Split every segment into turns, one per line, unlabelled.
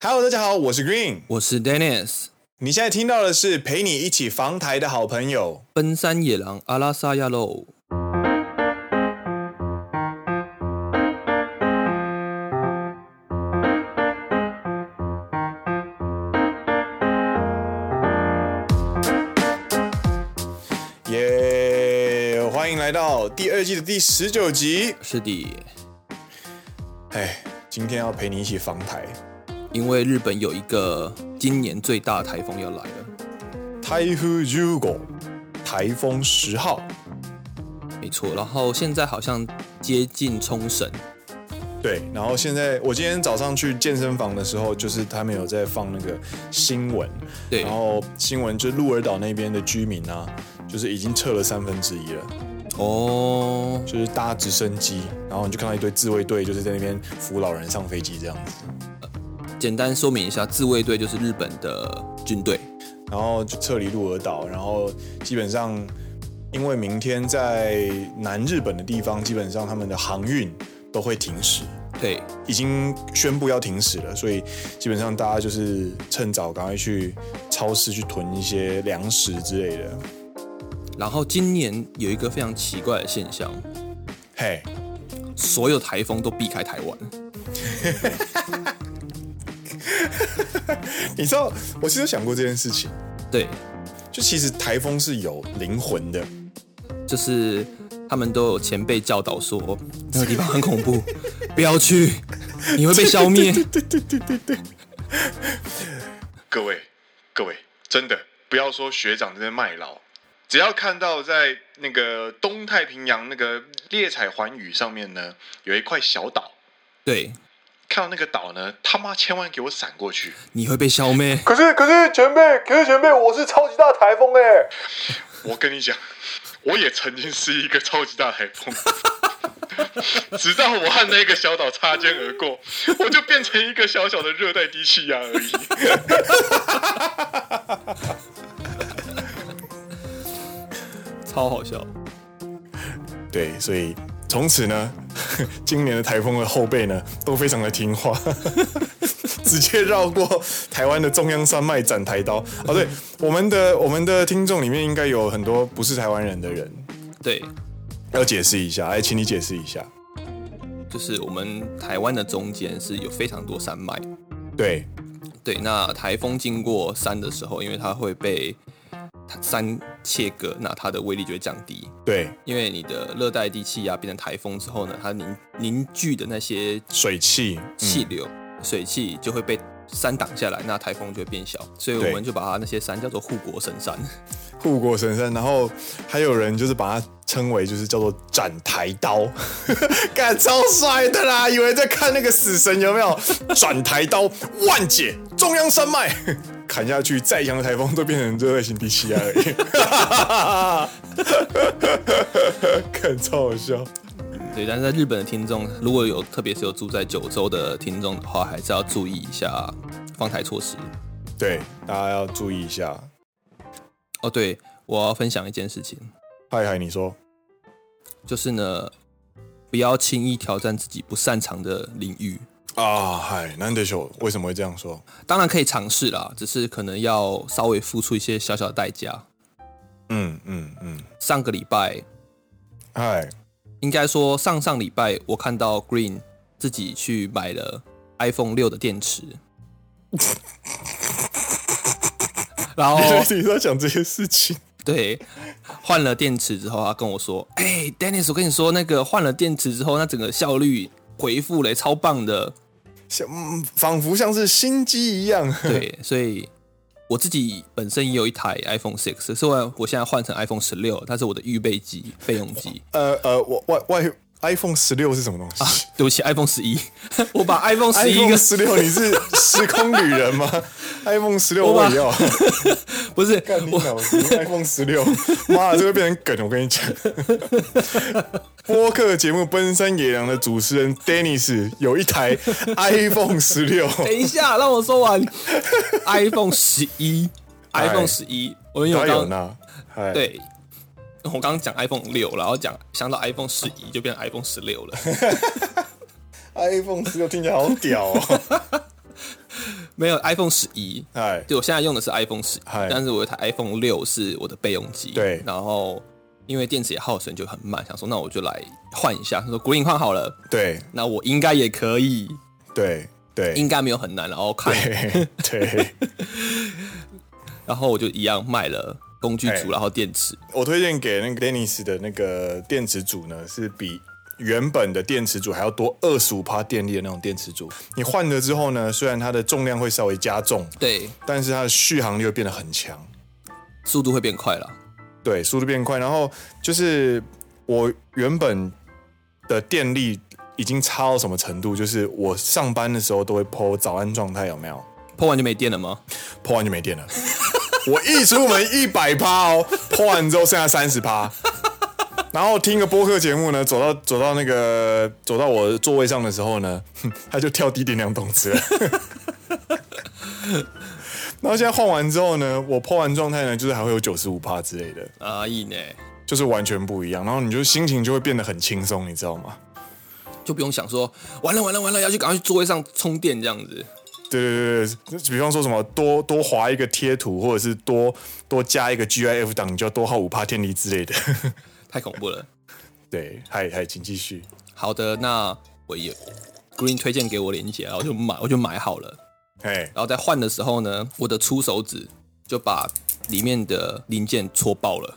Hello，大家好，我是 Green。
我是 Dennis，
你现在听到的是陪你一起防台的好朋友。
奔山野狼阿拉萨亚喽。
耶、欢迎来到第二季的第十九集。
是的，
哎，今天要陪你一起防台，
因为日本有一个今年最大的台风要来了，
台风十五，台风十号。
没错。然后现在好像接近冲绳，
对，然后现在我今天早上去健身房的时候，就是他们有在放那个新闻，
对
然后新闻就鹿儿岛那边的居民啊，就是已经撤了三分之一了。
哦，
就是搭直升机，然后你就看到一堆自卫队，就是在那边扶老人上飞机这样子，
简单说明一下，自卫队就是日本的军队，
然后就撤离鹿儿岛，然后基本上因为明天在南日本的地方，基本上他们的航运都会停驶，
对，
已经宣布要停驶了，所以基本上大家就是趁早赶快去超市去囤一些粮食之类的。
然后今年有一个非常奇怪的现象，
嘿，
所有台风都避开台湾。
你知道我其实有想过这件事情，
对，
就其实台风是有灵魂的。
就是他们都有前辈教导说，那个地方很恐怖，不要去，你会被消灭。
各位，各位，真的不要说学长在那卖老，只要看到在那个东太平洋那个猎彩环屿上面呢，有一块小岛，
对，
看到那个岛呢，他妈千万给我闪过去！
你会被消灭。
可是可是前辈，可是前辈，我是超级大台风哎、我跟你讲，我也曾经是一个超级大台风。 直到我和那个小岛擦肩而过，我就变成一个小小的热带低气压而已。
超好笑。
对，所以从此呢， 今年的台风的后辈呢都非常的听话， 直接绕过台湾的中央山脉斩台刀。哦，对，我们的我们的听众里面应该有很多不是台湾人的人，
对，
要解释一下，哎，请你解释一下。
就是我们台湾的中间是有非常多山脉。
对，
对，那台风经过山的时候，因为它会被山切割，那它的威力就会降低。
对，
因为你的热带低气压啊变成台风之后呢，它凝凝聚的那些
水汽，嗯
气流、水汽就会被山挡下来，那台风就会变小。所以
对
我们就把它那些山叫做护国神山。
护国神山，然后还有人就是把它称为就是叫做斩台刀， 干超帅的啦！以为在看那个死神有没有？斩台刀，万解中央山脉， 砍下去，再强的台风都变成热带型低气压而已， 看超好笑。
对，但是在日本的听众，如果有特别是有住在九州的听众的话，还是要注意一下放台措施。
对，大家要注意一下。
哦，对，我要分享一件事情，
嗨嗨，你说
就是呢，不要轻易挑战自己不擅长的领域。
啊？嗨，难得秀为什么会这样说？
当然可以尝试啦，只是可能要稍微付出一些小小的代价。
嗯嗯嗯，
上个礼拜，
嗨、
应该说上上礼拜，我看到 Green 自己去买了 iPhone 六的电池， 然后
哦 你你在讲这些事情。
对，换了电池之后，他跟我说：“哎、d e n n i s 我跟你说，那个换了电池之后，那整个效率回复嘞，超 棒的。
像嗯仿佛像是心机一样。”
对，所以我自己本身也有一台 iPhone Six，虽然我现在换成 iPhone 十六，它是我的预备机、备用机。
呃呃，我外外 iPhone 十六是什么东西、
对不起，iPhone 十一，我把 iPhone 十
i
啊一
p h o n
跟
e 十六， 你是时空旅人吗？iPhone 十六
我
我
把
也 要，
不是
干你
我
脑子！iPhone 十六，妈的，这会变成梗，我跟你 讲。播客节目《奔山野狼》的主持人 Dennis 有一 台 iPhone 十六，
等一下，让我说完。iPhone 十一
哎
，iPhone 十一，我们有
他有
刚
呢。哎，
对，我刚刚讲 iPhone 六，然后讲想到 iPhone 十一就变成 iPhone 十六了。
，iPhone 十六听起来好屌哦。
没有 iPhone 十一，
哎，
对我现在用的是 iPhone 十，
嗨
但是我有一台 iPhone 六是我的备用机。
对
然后因为电池也耗损就很慢，想说那我就来换一下。他说果岭换好了，
对
那我应该也可以，
对对
应该没有很难。然后看，
对对，
然后我就一样卖了工具
哎
组，然后电池。
我推荐给那个 Dennis 的那个电池组呢，是比原本的电池组还要多二十五帕电力的那种电池组。你换了之后呢，虽然它的重量会稍微加重，
对，
但是它的续航力会变得很强。
速度会变快了。
对，速度变快。然后就是我原本的电力已经差到什么程度，就是我上班的时候都会 PO 早安状态，有没有
破完就没电了吗？
？PO 完就没电了。我一出门一百趴哦，PO 完之后剩下三十趴。然后听个播客节目呢，走到走到那个走到我座位上的时候呢，哼它就跳低点两动词了。然后现在换完之后呢，我 PO 完状态呢，就是还会有九十五趴之类的。
啊，一呢，
就是完全不一样，然后你就心情就会变得很轻松，你知道吗？
就不用想说完了完了完了，要去赶快去座位上充电这样子。
对对对对，比方说什么多多划一个贴图，或者是多多加一个 GIF 档，你就要多耗五帕电力之类的。
太恐怖了。
对，嗨嗨，请继续。
好的，那我也 Green 推荐给我链接，然后就买，我就买好了。
哎，
然后在换的时候呢，我的粗手指就把里面的零件戳爆了。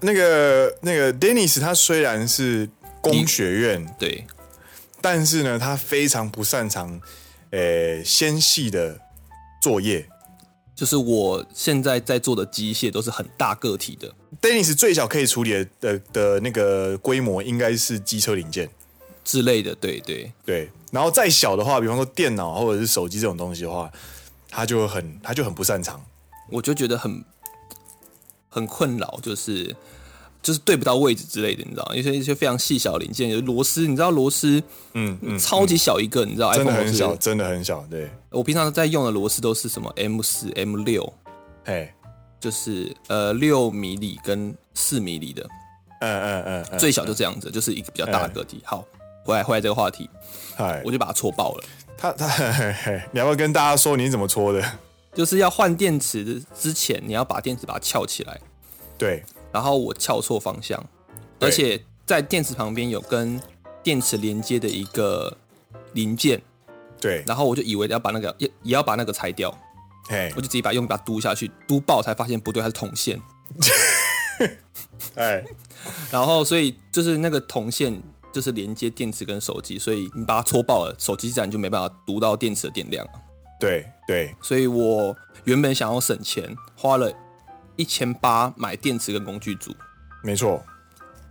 那个那个 Dennis 他虽然是工学院，
对，
但是呢，他非常不擅长呃纤细的作业。
就是我现在在做的机械都是很大个体的，
Dennis 最小可以处理的的的那个规模应该是机车零件。
之类的，对对，
对，然后再小的话，比方说电脑或者是手机这种东西的话，他就很他就很不擅长。
我就觉得很很困扰，就是就是对不到位置之类的，你知道，有些一些非常细小的零件，有螺丝，你知道螺丝
嗯嗯，
超级小一个，你知道
真的
iPhone 螺
很
丝
小，，真的很小。对，
我平常在用的螺丝都是什么 M 四、M 六，
哎，
就是呃六米里跟四米里的，
嗯嗯嗯嗯，
最小就这样子，就是一个比较大的个体。好，回来回来这个话题，
嗯嗨
我，就把它戳爆了。
他他 嘿嘿你要不要跟大家说你是怎么搓的？
就是要换电池之前，你要把电池把它翘起来，
对，
然后我翘错方向，
对
而且在电池旁边有跟电池连接的一个零件，
对，
然后我就以为要把那个也也要把那个拆掉，
嘿
我，就直接把用力把它嘟下去，嘟爆才发现不对，它是铜线。
哎，
然后所以就是那个铜线就是连接电池跟手机，所以你把它戳爆了，手机自然就没办法读到电池的电量了
对对，
所以我原本想要省钱，花了一千八买电池跟工具组，
没错。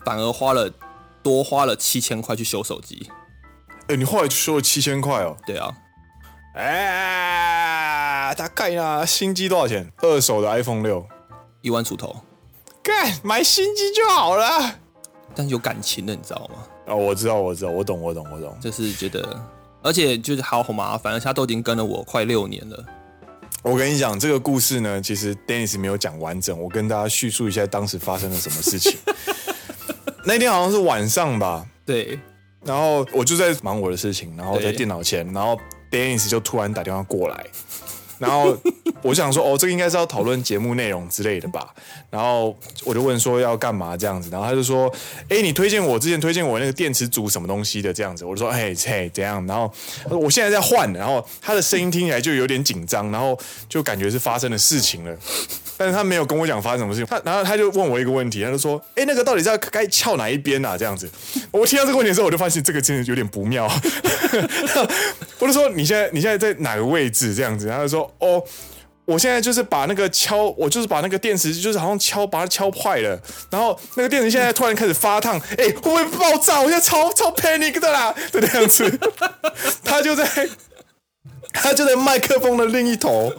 反而花了多花了七千块去修手机。
哎，你后来说了七千块哦，
对啊，
哎，大概啦，新机多少钱？二手的 iPhone 六，
一万出头，
干买新机就好了。
但是有感情的，你知道吗？
哦，我知道，我知道，我懂，我懂，我懂。
就是觉得，而且就是好好麻烦，而且他都已经跟了我快六年了。
我跟你讲，这个故事呢，其实 Dennis 没有讲完整，我跟大家叙述一下当时发生了什么事 情。那天好像是晚上吧，
对，
然后我就在忙我的事情，然后在
对
电脑前，然后 Dennis 就突然打电话过来，然后我想说，哦，这个应该是要讨论节目内容之类的吧，然后我就问说要干嘛这样子，然后他就说，哎，你推荐我之前推荐我那个电池组什么东西的这样子，我就说，哎嘿怎样，然后他说我现在在换，然后他的声音听起来就有点紧张，然后就感觉是发生了事情了。但是他没有跟我讲发生什么事情，他然后他就问我一个问题，他就说：“哎、那个到底是要该翘哪一边啊？”这样子，我听到这个问题的时候，我就发现这个真的有点不妙。 我就说：“你现在你现在在哪个位置？”这样子，然后他就说：“哦，我现在就是把那个敲，我就是把那个电池，就是好像敲把它敲坏了，然后那个电池现在突然开始发烫，哎、会不会爆炸？我现在超超 panic 的啦，就那样子。” 他就在他就在麦克风的另一头。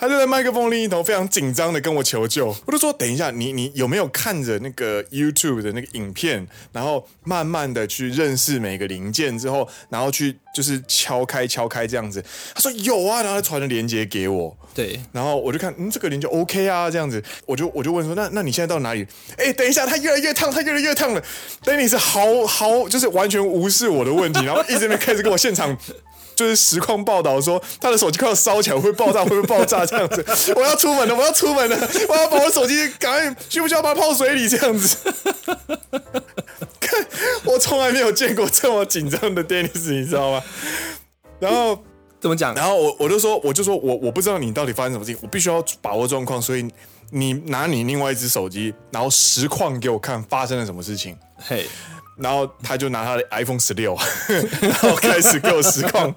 他就在麦克风另一头非常紧张的跟我求救，我就说等一下，你你有没有看着那个 YouTube 的那个影片，然后慢慢的去认识每个零件之后，然后去就是敲开敲开这样子。他说有啊，然后他传了链接给我，
对，
然后我就看，嗯，这个零就 OK 啊，这样子，我就我就问说，那那你现在到哪里？哎，等一下，它越来越烫，它越来越烫了。Dennis 毫毫就是完全无视我的问题，然后一直没开始跟我现场 就是实况报道说他的手机快要烧起来，会不会爆炸，会不会爆炸这样子。我要出门了，我要出门了，我要把我手机赶快需不需要把它泡水里这样子？ 看，我从来没有见过这么紧张的 Dennis，你知道吗？然后。
怎么讲？
然后我我就说，我就说我我不知道你到底发生什么事情，我必须要把握状况，所以你拿你另外一只手机，然后实况给我看发生了什么事情。
嘿，
然后他就拿他的 iPhone 十六， 然后开始给我实况，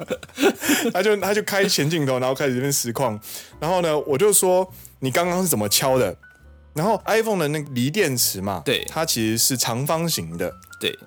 他就他就开前镜头，然后开始这边实况。然后呢，我就说你刚刚是怎么敲的？然后 iPhone 的那个锂电池嘛，
对
它其实是长方形的，
对，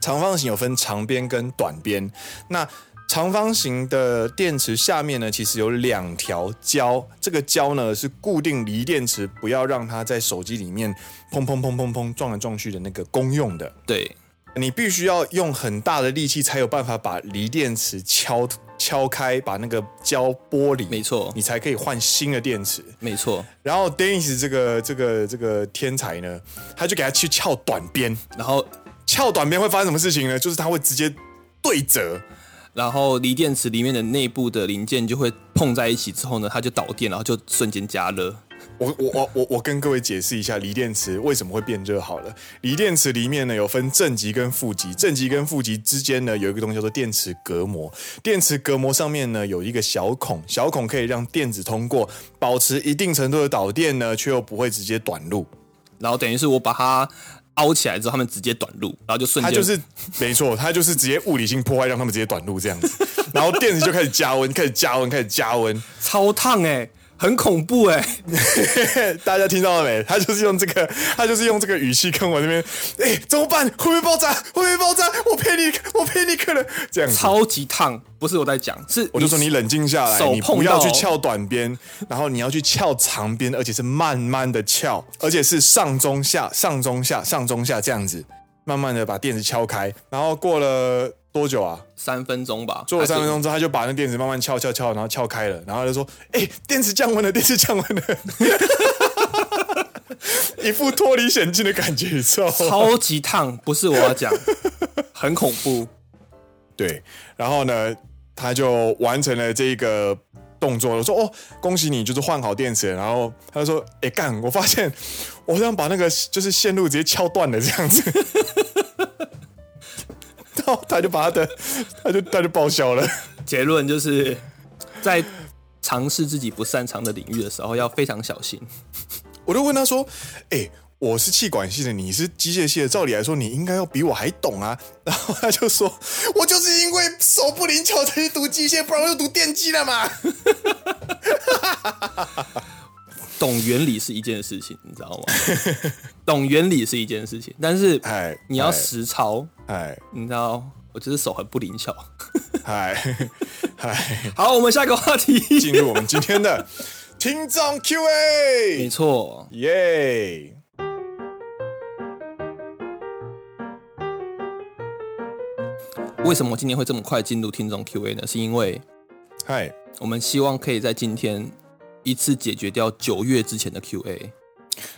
长方形有分长边跟短边。那长方形的电池下面呢，其实有两条胶，这个胶呢是固定锂电池，不要让它在手机里面砰砰砰砰砰撞来撞去的那个功用的。
对，
你必须要用很大的力气才有办法把锂电池敲敲开，把那个胶剥离，
没错
你才可以换新的电池。
没错。
然后 Dennis 这个这个这个天才呢，他就给他去撬短边，
然后，
撬短边会发生什么事情呢？就是它会直接对折，
然后锂电池里面的内部的零件就会碰在一起之后呢，它就导电，然后就瞬间加热。
我我我我我跟各位解释一下锂电池为什么会变热好了。锂电池里面呢有分正极跟负极，正极跟负极之间呢有一个东西叫做电池隔膜，电池隔膜上面呢有一个小孔，小孔可以让电子通过，保持一定程度的导电呢，却又不会直接短路。
然后等于是我把它凹起来之后，它们直接短路，然后就瞬
它
间
就是没错，它就是直接物理性破坏，让他们直接短路这样子。然后电池就开始加温，开始加温，开始加温。
超烫哎、很恐怖哎、
嗯 大家听到了没？他就是用这个，他就是用这个语气跟我那边，哎、怎么办？会不会爆炸？会不会爆炸？我赔你，我赔你可能这样子。
超级烫，不是我在讲，是
我就说你冷静下来，
手
你
碰
不要
到
去
哦
翘短边，然后你要去翘长边，而且是慢慢的翘，而且是上中下、上中下、上中下这样子，慢慢的把电池敲开。然后过了多久啊？
三分钟吧，
做了三分钟之后，他就把那电池慢慢撬撬撬，然后撬开了，然后他就说：“哎、电池降温了，电池降温了。” 一副脱离险境的感觉，你知道
还是
吗？
超级烫，不是我要讲，很恐怖，
对，然后呢，他就完成了这个动作，我说：“哦，恭喜你，就是换好电池。”然后他就说：“哎、干，我发现我这样把那个就是线路直接敲断了，这样子。” 然后他就把他的，他就他就报销了。
结论就是在尝试自己不擅长的领域的时候要非常小心。
我就问他说：“哎、我是气管系的，你是机械系的，照理来说你应该要比我还懂啊。” 然后他就说：“我就是因为手不灵巧才去读机械，不然我就读电机了嘛。
懂原理是一件事情，你知道吗？ 懂原理是一件事情，但是
哎
你要实操，”
哎
你知道，我就是手很不灵巧。
哎哎，
好，我们下一个话题。
进入我们今天 的听众
没
Q&A，
错，
耶！
为什么我今天会这么快进入听众 Q&A 呢？是因为
嗨，
我们希望可以在今天一次解决掉九月之前的 Q&A。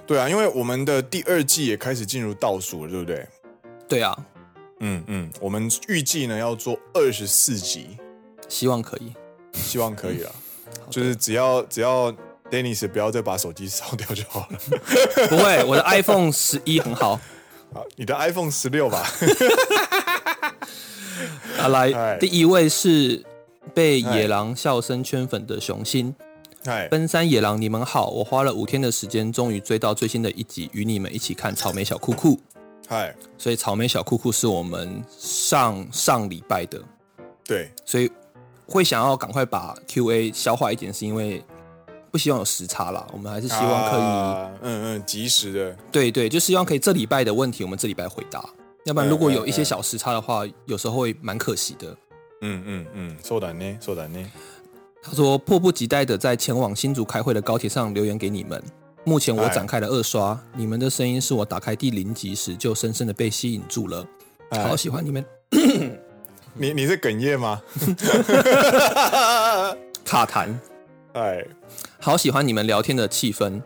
对啊，因为我们的第二季也开始进入倒数了，对不对？
对啊，
嗯嗯，我们预计呢要做二十四集，
希望可以。
希望可以了。
嗯好的
就是只要只要 Dennis 不要再把手机烧掉就好了。
不会，我的 iPhone 十一很好。
好你的 iPhone 十六 吧？
啊，来
哎，
第一位是被野狼笑声圈粉的雄心。
哎，
奔山野狼，你们好！我花了五天的时间，终于追到最新的一集，与你们一起看《草莓小酷酷》。
嗨，
所以，《草莓小酷酷》是我们上上礼拜的，
对，
所以会想要赶快把 Q&A 消化一点，是因为不希望有时差啦。我们还是希望可以，
啊嗯嗯，及时的，
对对，就希望可以这礼拜的问题，我们这礼拜回答。要不然，
嗯
如果
嗯
有一些
嗯
小时差的话，有时候会蛮可惜的。
嗯嗯嗯，そうだね，そうだね。
他说迫不及待的在前往新竹开会的高铁上留言给你们。目前我
哎
展开了二刷，你们的声音是我打开第零集时就深深的被吸引住了，
哎
好喜欢你们。
你你是哽咽吗？
卡痰，
哎，
好喜欢你们聊天的气氛。
哎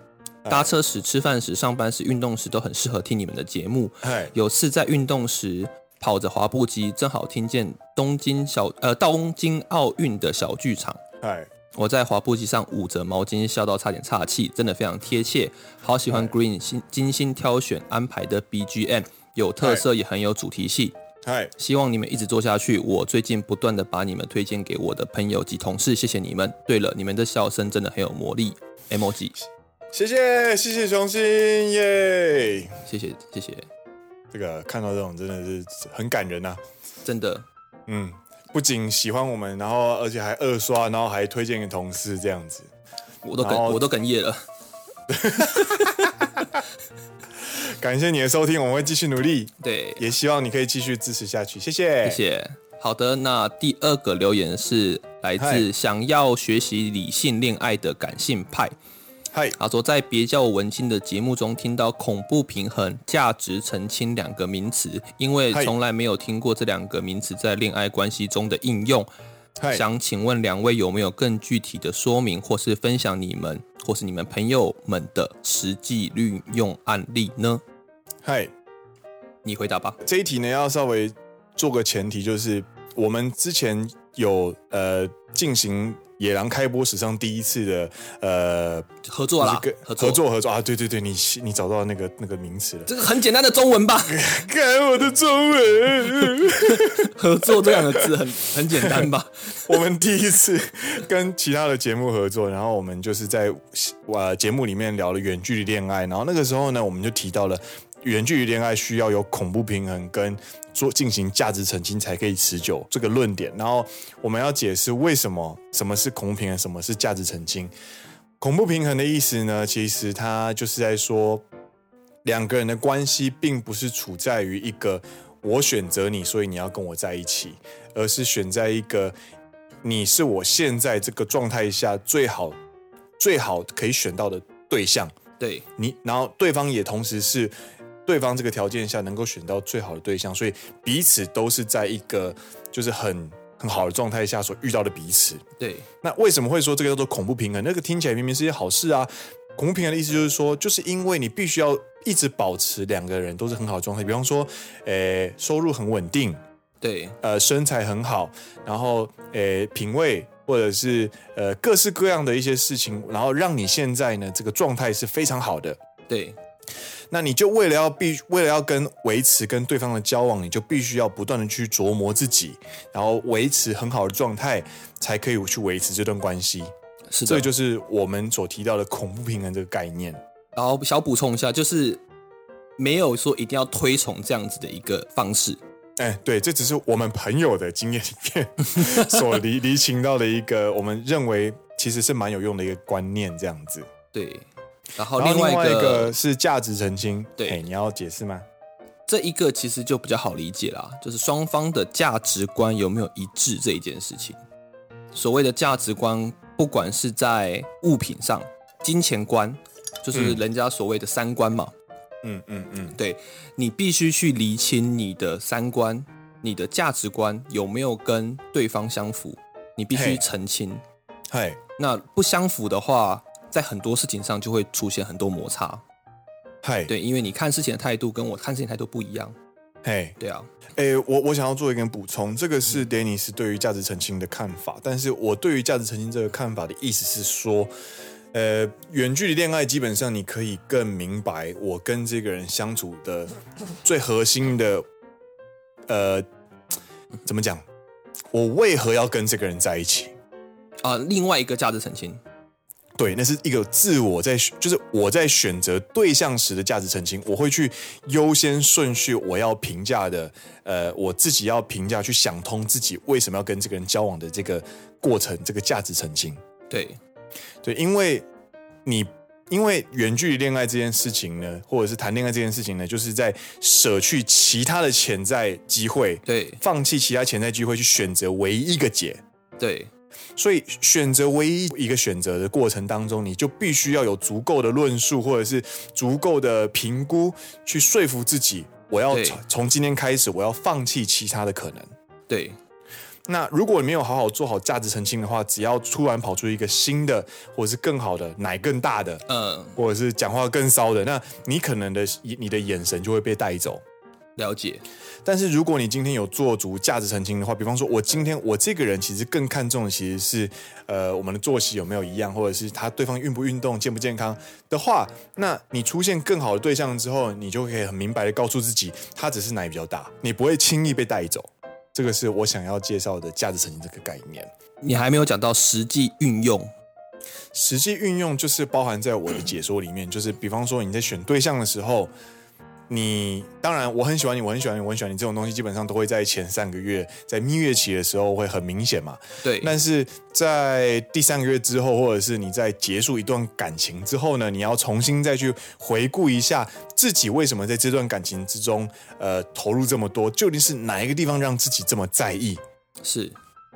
搭车时、吃饭时、上班时、运动时都很适合听你们的节目。
哎，
有次在运动时跑着滑步机，正好听见东京小呃东京奥运的小剧场。
哎，
我在滑步机上捂着毛巾笑到差点岔气，真的非常贴切。好喜欢 Green 精精心挑选安排的 BGM，有特色也很有主题性。
嗨，
希望你们一直做下去。我最近不断的把你们推荐给我的朋友及同事，谢谢你们。对了，你们的笑声真的很有魔力。M G，
谢谢谢谢雄心耶！
谢谢谢谢，
这个看到这种真的是很感人呐、啊
真的
嗯，不仅喜欢我们，然后而且还二刷，然后还推荐给同事这样子。
我都
然后
哽我都哽咽了。
感谢你的收听，我们会继续努力，
对，
也希望你可以继续支持下去，谢谢。
谢谢。好的，那第二个留言是来自
嗨
想要学习理性恋爱的感性派。
嗨，
他说，在别叫文青的节目中听到“恐怖平衡”“价值澄清”两个名词，因为
嗨
从来没有听过这两个名词在恋爱关系中的应用。
嗨，
想请问两位有没有更具体的说明，或是分享你们或是你们朋友们的实际运用案例呢？
嗨，
你回答吧。
这一题呢要稍微做个前提，就是我们之前有呃进行野狼开播史上第一次的呃
合作啦
就是，
合
跟
作，
合作合作啊，对对对，你你找到那个那个名词了，
这个很简单的中文吧？
看我的中文。
合作这两个字很 很简单 吧？
我们第一次跟其他的节目合作，然后我们就是在呃节目里面聊了远距离恋爱，然后那个时候呢，我们就提到了远距离恋爱需要有恐怖平衡跟做进行价值澄清才可以持久这个论点，然后我们要解释为什么什么是恐怖平衡，什么是价值澄清。恐怖平衡的意思呢，其实它就是在说两个人的关系并不是处在于一个我选择你，所以你要跟我在一起，而呃是选在一个你是我现在这个状态下最好最好可以选到的对象，
对，
你然后对方也同时是对方这个条件下能够选到最好的对象，所以彼此都是在一个就是很很好的状态下所遇到的彼此。
对，
那为什么会说这个叫做恐怖平衡？那个听起来明明是一件好事啊。恐怖平衡的意思就是说，就是因为你必须要一直保持两个人都是很好的状态，比方说，呃，收入很稳定，
对，
呃，身材很好，然后呃，品味或者是呃各式各样的一些事情，然后让你现在呢这个状态是非常好的。
对，
那你就为了要必为了要跟维持跟对方的交往，你就必须要不断的去琢磨自己，然后维持很好的状态，才可以去维持这段关系。
是
这
的
个。就是我们所提到的恐怖平衡这个概念。
然后小补充一下，就是没有说一定要推崇这样子的一个方式。
哎，对，这只是我们朋友的经验里面 所厘厘清到的一个我们认为其实是蛮有用的一个观念，这样子。
对，然后
然后
另
另
外一个
外一个是价值澄清，
对
哎你要解释吗？
这一个其实就比较好理解啦，就是双方的价值观有没有一致这一件事情。所谓的价值观，不管是在物品上、金钱观，就是人家所谓的三观嘛，
嗯嗯嗯，
对你必须去厘清你的三观、你的价值观有没有跟对方相符，你必须
嘿
澄清。
嗨，
那不相符的话，在很多事情上就会出现很多摩擦。
嗨，
对，因为你看事情的态度跟我看事情的态度不一样。
嘿，
对啊，
哎，我我想要做一个补充，这个
嗯
是 Dennis 对于价值澄清的看法，但是我对于价值澄清这个看法的意思是说，呃，远距离恋爱基本上你可以更明白我跟这个人相处的最核心的，呃，怎么讲，我为何要跟这个人在一起？
啊、另外一个价值澄清，
对，那是一个自我在，就是我在选择对象时的价值澄清，我会去优先顺序我要评价的，呃，我自己要评价，去想通自己为什么要跟这个人交往的这个过程，这个价值澄清。
对
对，因为你因为远距离恋爱这件事情呢，或者是谈恋爱这件事情呢，就是在舍去其他的潜在机会，
对
放弃其他潜在机会，去选择唯一一个解。
对
所以选择唯一一个选择的过程当中，你就必须要有足够的论述，或者是足够的评估，去说服自己，我要
对
从从今天开始，我要放弃其他的可能。
对
那如果你没有好好做好价值澄清的话，只要突然跑出一个新的，或者是更好的、奶更大的，
嗯，
或者是讲话更骚的，那你可能的你的眼神就会被带走。
了解，
但是如果你今天有做足价值澄清的话，比方说，我今天我这个人其实更看重的其实是，呃，我们的作息有没有一样，或者是他对方运不运动、健不健康的话，那你出现更好的对象之后，你就可以很明白的告诉自己，他只是奶比较大，你不会轻易被带走。这个是我想要介绍的价值澄清这个概念。
你还没有讲到实际运用。
实际运用就是包含在我的解说里面，就是比方说你在选对象的时候，你当然我很喜欢你，我很喜欢你，我很喜欢你这种东西，基本上都会在前三个月，在蜜月期的时候会很明显嘛。
对，
但是在第三个月之后，或者是你在结束一段感情之后呢，你要重新再去回顾一下自己为什么在这段感情之中，呃，投入这么多，究竟是哪一个地方让自己这么在意？
是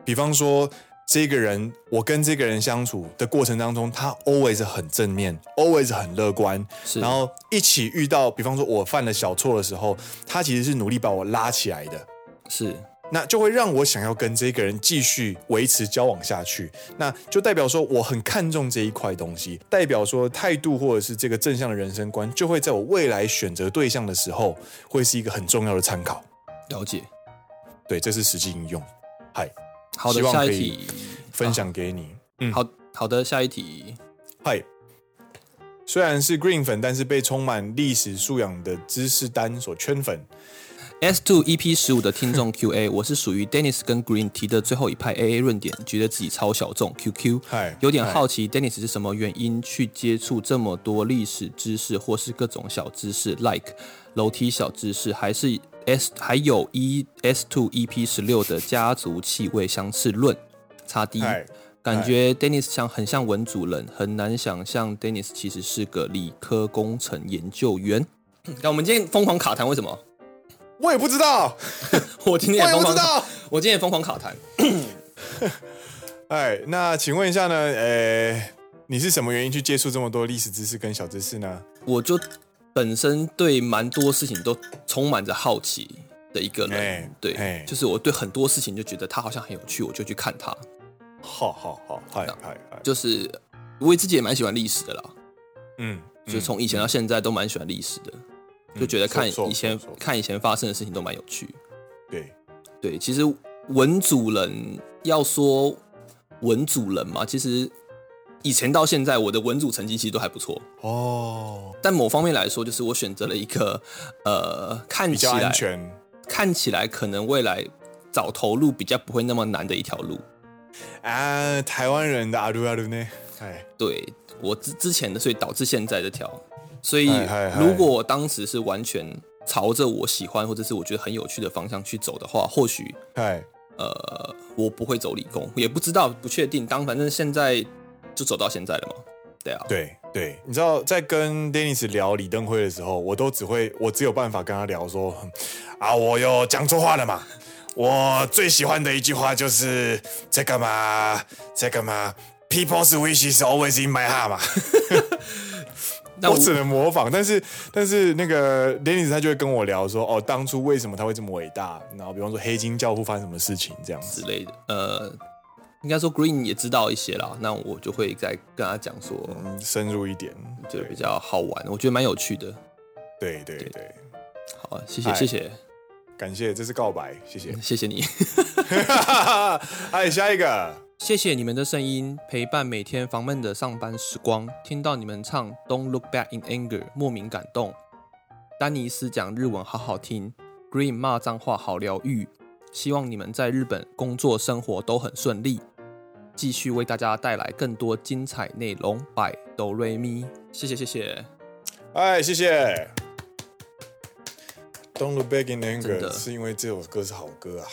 比方说，这个人，我跟这个人相处的过程当中，他 always 很正面，always 很乐观，
是，
然后一起遇到，比方说我犯了小错的时候，他其实是努力把我拉起来的。
是
那就会让我想要跟这个人继续维持交往下去，那就代表说我很看重这一块东西，代表说态度或者是这个正向的人生观，就会在我未来选择对象的时候，会是一个很重要的参考。
了解。
对，这是实际应用，
好的
希，望
下一
可以
题。
分享给你。嗯
好好的，下一题。
嗨，虽然是 Green 粉，但是被充满历史素养的知识单所圈粉。
S Two EP 十五的听众 Q&A，我 是属于 Dennis 跟 Green 提的最后一派 AA 论点，觉得自己超小众。QQ
嗨，
有点好奇 Dennis 是什么原因去接触这么多历史知识，或是各种小知识，like 楼梯小知识，还是 S 还有 E S Two EP 十六的家族气味相似论。差 D，
嗨，
感觉 Dennis 像很像文主人，很难想象 Dennis 其实是个理科工程研究员。 那我们今天疯狂卡痰，为什么？
我也不知道，
我今
我
天也
也
疯
不知
狂，
道。
我今天也疯狂卡痰。
哎，那请问一下呢？呃，你是什么原因去接触这么多历史知识跟小知识呢？
我就本身对蛮多事情都充满着好奇的一个人，
哎
对
哎，
就是我对很多事情就觉得它好像很有趣，我就去看它。
好好好，嗨嗨嗨，
就是我自己也蛮喜欢历史的啦，
嗯，
就从以前到现在都蛮喜欢历史的，就觉得看以前
看
看以前发生的事情都蛮有趣。
对，
对，其实文主人要说文主人嘛，其实以前到现在我的文主成绩其实都还不错，
哦，
但某方面来说，就是我选择了一个呃看
比
起
较安
来
全。
看起来可能未来找投入比较不会那么难的一条路。
啊，台湾人的阿鲁阿鲁呢？哎，
对我之之前的，所以导致现在这条。所以
嗨嗨嗨
如果我当时是完全朝着我喜欢或者是我觉得很有趣的方向去走的话，或许
嗨，
呃我不会走理工，也不知道不确定。当反正现在就走到现在了嘛，对啊，
对对，你知道在跟 Dennis 聊李登辉的时候，我都只会，我只有办法跟他聊说， 哼啊，我又讲错话了嘛。我最喜欢的一句话就是这个嘛，这个嘛，People's wish is always in my heart 嘛。
但
我只能模仿，但是但是那个 Dennis 他就会跟我聊说，哦，当初为什么他会这么伟大？然后比方说黑金教父发生什么事情这样
之
子。
类的，呃。应该说 Green 也知道一些啦，那我就会再跟他讲说，
嗯，深入一点，
就
对
比较好玩，我觉得蛮有趣的。
对对对，
好，谢谢
哎
谢谢
感谢，这是告白，谢 谢。
谢谢你，
哎，下一个，
谢谢你们的声音陪伴每天烦闷的上班时光。听到你们唱《Don't Look Back in Anger》，莫名感动。丹尼斯讲日文好好听，Green 骂脏话好疗愈。希望你们在日本工作生活都很顺利，继续为大家带来更多精彩内容。拜哆瑞咪，谢谢谢谢。
哎，谢谢。Don't look back in
真
anger，
的
是因为这首歌是好歌啊，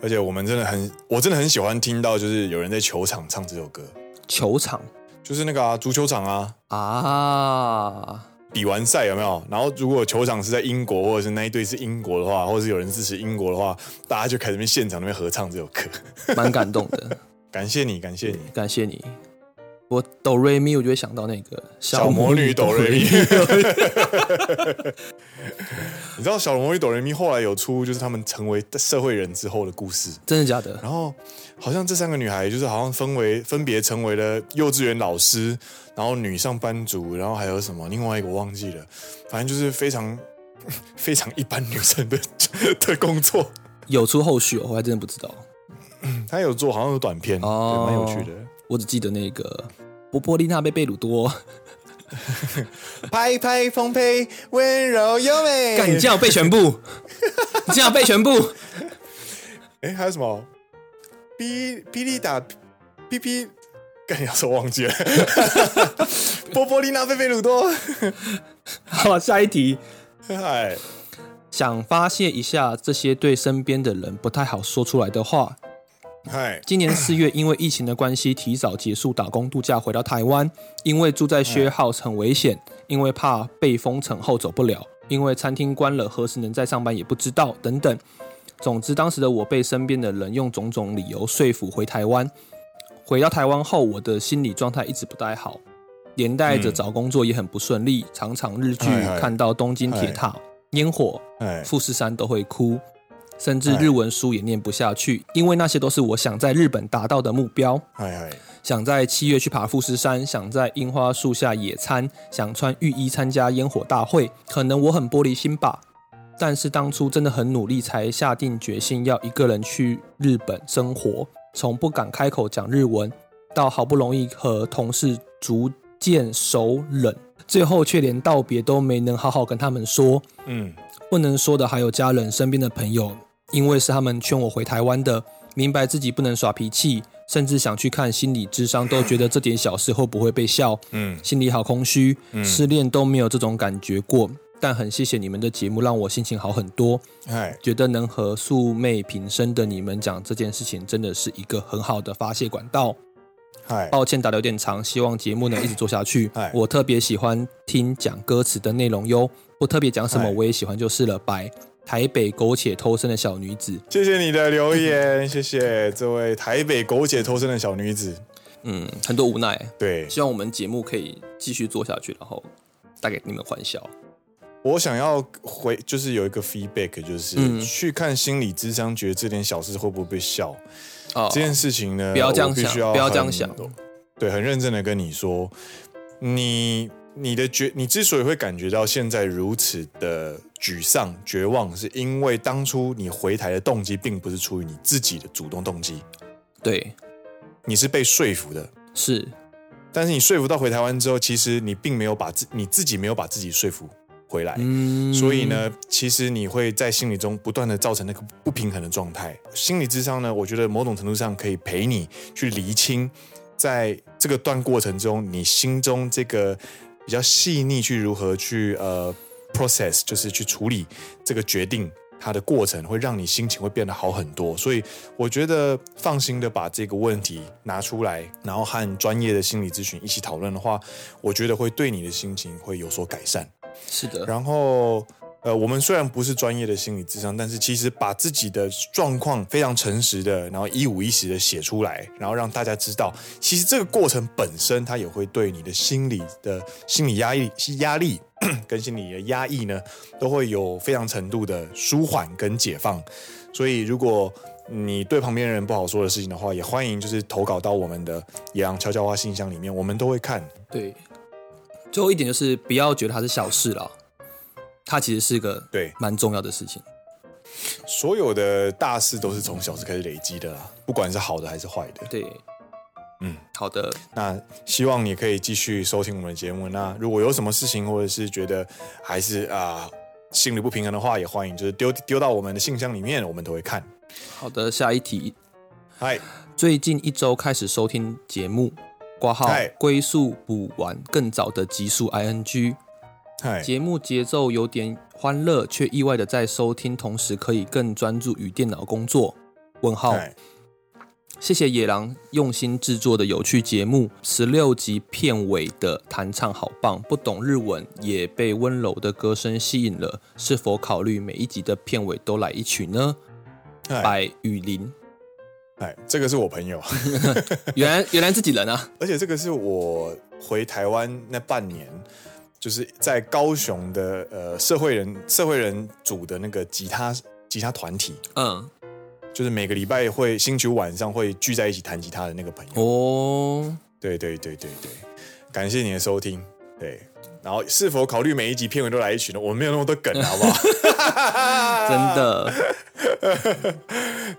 而且我们真的很，我真的很喜欢听到，就是有人在球场唱这首歌，
球场
就是那个啊，足球场啊，
啊，
比完赛有没有？然后如果球场是在英国，或者是那一队是英国的话，或者是有人支持英国的话，大家就开始那边现场那边合唱这首歌。
蛮感动的。
感谢你，感谢你，
感谢你。我哆瑞咪，我就会想到那个
小魔女哆瑞咪。
哆瑞咪
你知道小魔女哆瑞咪后来有出就是他们成为社会人之后的故事，
真的假的？
然后好像这三个女孩就是好像分为分别成为了幼稚园老师，然后女上班族，然后还有什么另外一个我忘记了，反正就是非常 非常一般女生的的工作。
有出后续、哦，我还真的不知道。
他有做好像有短片，
哦
对，蛮有趣的。
我只记得那个波波丽娜贝贝鲁多，
拍拍丰沛，温柔优美。
干，你竟然有背全部，你竟然有背全部，
哎，还有什么？哔哔哩打哔哔，干要是我忘记 了。波波丽娜贝贝鲁多，
好，下一题。
嗨，
想发泄一下这些对身边的人不太好说出来的话。
嗨，
今年四月，因为疫情的关系，提早结束打工度假，回到台湾。因为住
嗯
在 share house 很危险，因为怕被封城后走不了，因为餐厅关了，何时能再上班也不知道，等等。总之，当时的我被身边的人用种种理由说服回台湾。回到台湾后，我的心理状态一直不太好，连带着
嗯
找工作也很不顺利，常常日剧
嗨嗨
看到东京铁塔、烟火、
嗨，
富士山都会哭，甚至日文书也念不下去，因为那些都是我想在日本达到的目标，
嗨嗨，
想在七月去爬富士山，想在樱花树下野餐，想穿浴衣参加烟火大会。可能我很玻璃心吧，但是当初真的很努力，才下定决心要一个人去日本生活，从不敢开口讲日文，到好不容易和同事逐渐熟稔，最后却连道别都没能好好跟他们说。
嗯，
不能说的还有家人、身边的朋友，因为是他们劝我回台湾的，明白自己不能耍脾气，甚至想去看心理智商，都觉得这点小事会不会被笑，
嗯，
心里好空虚，失恋都没有这种感觉过。但很谢谢你们的节目，让我心情好很多。
嗨，
觉得能和素昧平生的你们讲这件事情，真的是一个很好的发泄管道。
嗨，
抱歉打得有点长，希望节目能一直做下去
嗨。
我特别喜欢听讲歌词的内容哟，不特别讲什么
嗨
我也喜欢就是了。白台北苟且偷生的小女子，
谢谢你的留言， 谢谢这位台北苟且偷生的小女子。
嗯，很多无奈。
对
希望我们节目可以继续做下去，然后带给你们欢笑。
我想要回，就是有一个 feedback，就是、
嗯
去看心理智商，觉得这点小事会不会被笑？
哦
这件事情呢，
不要这样
我必须
想不要这样
很
想
对，很认真的跟你说，你你的觉，你之所以会感觉到现在如此的沮丧、绝望，是因为当初你回台的动机并不是出于你自己的主动动机，
对，
你是被说服的。
是
但是你说服到回台湾之后，其实你并没有把自你自己没有把自己说服回来，
嗯，
哎所以，呢，其实你会在心理中不断的造成那个不平衡的状态。心理智商呢，我觉得某种程度上可以陪你去厘清，在这个段过程中，你心中这个比较细腻去如何去呃 process，就是去处理这个决定。它的过程会让你心情会变得好很多，所以我觉得放心的把这个问题拿出来，然后和专业的心理咨询一起讨论的话，我觉得会对你的心情会有所改善。
是的，
然后，呃，我们虽然不是专业的心理智商，但是其实把自己的状况非常诚实的，然后一五一十的写出来，然后让大家知道，其实这个过程本身它也会对你的心理的心理压抑、压力 跟心理的压抑呢，都会有非常程度的舒缓跟解放。所以，如果你对旁边人不好说的事情的话，也欢迎就是投稿到我们的野狼悄悄话信箱里面，我们都会看。
对。最后一点就是不要觉得它是小事啦，它其实是个
对
蛮重要的事情。
所有的大事都是从小事开始累积的啦，不管是好的还是坏的。
对，
嗯，
好的，
那希望你可以继续收听我们的节目。那如果有什么事情，或者是觉得还是啊、心里不平衡的话，也欢迎就是丢丢到我们的信箱里面，我们都会看。
好的，下一题。
嗨，
最近一周开始收听节目，挂号
嗨
归宿补完更早的集数 ing，
嗨，
节目节奏有点欢乐，却意外的在收听，同时可以更专注于电脑工作。问号，
嗨，
谢谢野狼用心制作的有趣节目，十六集片尾的弹唱好棒，不懂日文也被温柔的歌声吸引了，是否考虑每一集的片尾都来一曲呢？
嗨，
百雨林，
嗨，这个是我朋友，
原来原来自己人啊，
而且这个是我回台湾那半年。就是在高雄的呃社会人社会人组的那个吉他吉他团体，
嗯，
就是每个礼拜会星期五晚上会聚在一起弹吉他的那个朋友。
哦。
对对对对对，感谢你的收听。对，然后是否考虑每一集片尾都来一曲呢？我们没有那么多梗，好不 好？
真的。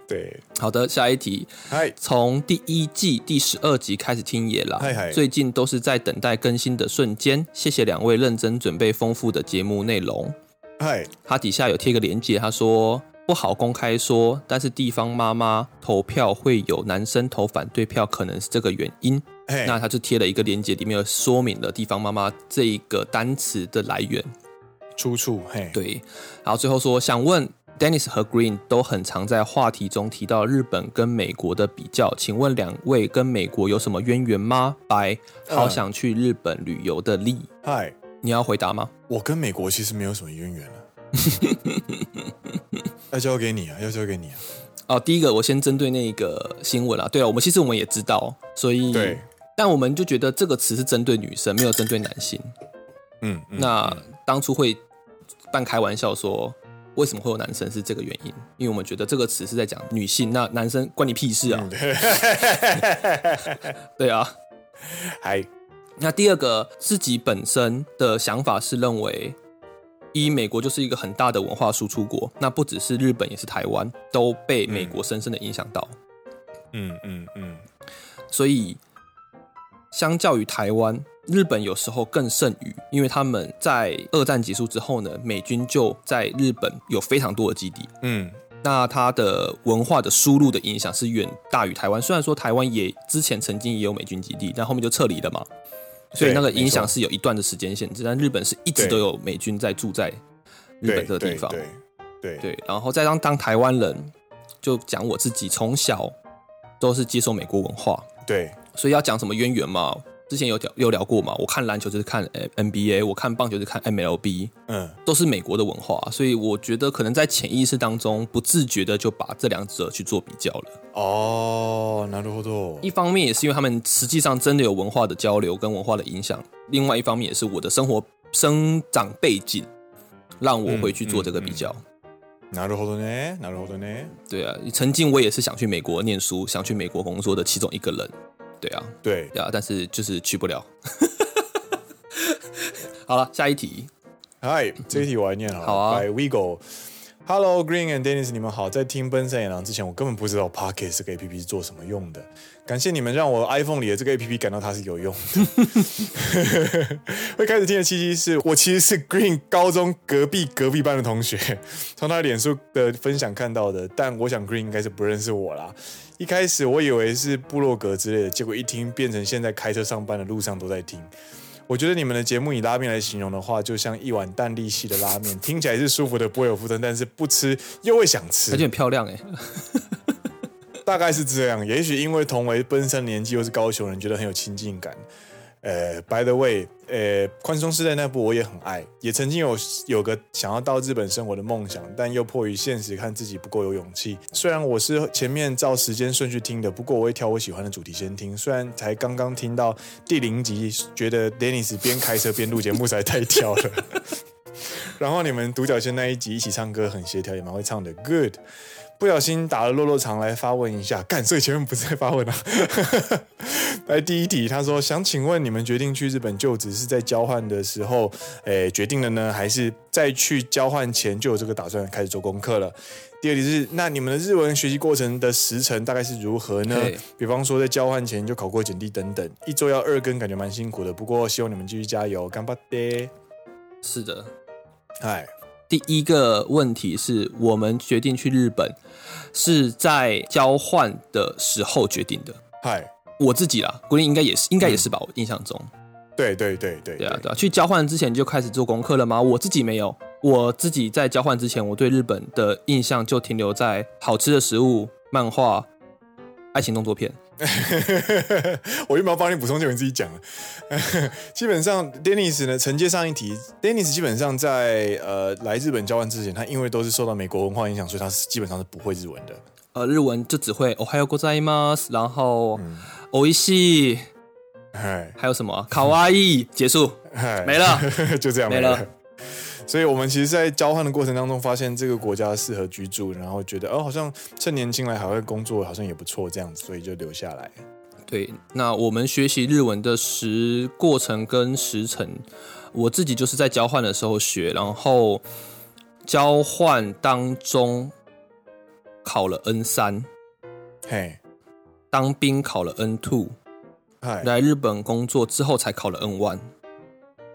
对，
好的，下一题，
嗨，
从第一季第十二集开始听野啦
嗨嗨，
最近都是在等待更新的瞬间。谢谢两位认真准备丰富的节目内容。
嗨，
他底下有贴个链接，他说不好公开说，但是地方妈妈投票会有男生投反对票，可能是这个原因。
嘿，
那他就贴了一个链接，里面有说明了地方妈妈这一个单词的来源。
出处，嘿，
对，然后最后说想问 Dennis 和 Green 都很常在话题中提到日本跟美国的比较，请问两位跟美国有什么渊源吗？白，好
嗯
想去日本旅游的力，
嗨，
你要回答吗？
我跟美国其实没有什么渊源 了、要交给你啊，要交给你啊，
哦，第一个我先针对那个新闻啊，对啊，我们其实我们也知道，所以
对，
但我们就觉得这个词是针对女生，没有针对男性。
嗯，嗯
那当初会半开玩笑说，为什么会有男生是这个原因？因为我们觉得这个词是在讲女性，那男生关你屁
嗯
事啊！对啊。
嗨，
那第二个，自己本身的想法是认为，一美国就是一个很大的文化输出国，那不只是日本，也是台湾，都被美国深深的影响到。
嗯嗯嗯，
所以，相较于台湾，日本有时候更胜于，因为他们在二战结束之后呢，美军就在日本有非常多的基地，
嗯，
那它的文化的输入的影响是远大于台湾。虽然说台湾也之前曾经也有美军基地，但后面就撤离了嘛，所以那个影响是有一段的时间限制。但日本是一直
对
都有美军在住在日本这个地方，
对对对
对，然后再当当台湾人，就讲我自己从小都是接受美国文化，
对
所以要讲什么渊源嘛，之前有聊有聊过嘛。我看篮球就是看呃 NBA，我看棒球就是看 MLB，
嗯，
都是美国的文化，啊所以我觉得可能在潜意识当中不自觉的就把这两者去做比较了。
哦，なるほど，
一方面也是因为他们实际上真的有文化的交流跟文化的影响，另外一方面也是我的生活生长背景让我会去做这个比较。
なるほどね，なるほどね，
对啊，曾经我也是想去美国念书、想去美国工作的其中一个人。对啊，
对，
对啊，但是就是去不了。 好了，下一题。
嗨，这一题我来念好了。
好啊
By Wego。Hello Green and Dennis，你们好。在听《奔山野狼》之前，我根本不知道 Pocket 这个 APP 是做什么用的。感谢你们让我 iPhone 里的这个 APP 感到它是有用的。会开始听的契机是我其实是 Green 高中隔壁隔壁班的同学， 从他脸书的分享看到的。但我想 Green 应该是不认识我啦。一开始我以为是部落格之类的，结果一听变成现在开车上班的路上都在听。我觉得你们的节目以拉面来形容的话，就像一碗淡力系的拉面，听起来是舒服的，不会有负担，但是不吃又会想吃
感觉，很漂亮哎、
大概是这样。也许因为同为奔三年纪，又是高雄人，觉得很有亲近感。呃，by the way，呃，宽松世代那部我也很爱，也曾经有有个想要到日本生活的梦想，但又迫于现实，看自己不够有勇气。虽然我是前面照时间顺序听的，不过我会挑我喜欢的主题先听。虽然才刚刚听到第零集，觉得 Dennis 边开车边录节目实在太跳了。然后你们独角仙那一集一起唱歌很协调，也蛮会唱的，good。不小心打了落落长来发问一下，干，所以前面不是在发问啊。 来第一题，他说想请问你们决定去日本就职是在交换的时候，诶决定的呢，还是在去交换前就有这个打算开始做功课了？第二题是，那你们的日文学习过程的时程大概是如何呢
嘿？
比方说在交换前就考过简历等等，一周要二更，感觉蛮辛苦的。不过希望你们继续加油，干巴爹！
是的，
嗨，
第一个问题是我们决定去日本是在交换的时候决定的。
嗨，
我自己啦，估计应该也是，应该也是吧。我印象中，
对对对对
对啊，对啊。去交换之前就开始做功课了吗？我自己没有，我自己在交换之前，我对日本的印象就停留在好吃的食物、漫画、爱情动作片。
我原本要帮你补充，结果你自己讲了。 基本上，Dennis 呢，承接上一题，Dennis 基本上在呃来日本交换之前，他因为都是受到美国文化影响，所以他是基本上是不会日文的。
呃，日文就只会 “ohayo g o z a i m a s 然后 o i s h i
哎，
还有什么啊卡哇伊，结束
哎
没了。
就这样
没
没
了
了。所以，我们其实，在交换的过程当中，发现这个国家适合居住，然后觉得哦，好像趁年轻来海外工作，好像也不错，这样子，所以就留下来。
对，那我们学习日文的时过程跟时程，我自己就是在交换的时候学，然后交换当中考了 N 三，
嘿，
当兵考了 N two，
嗨，
来日本工作之后才考了 N one。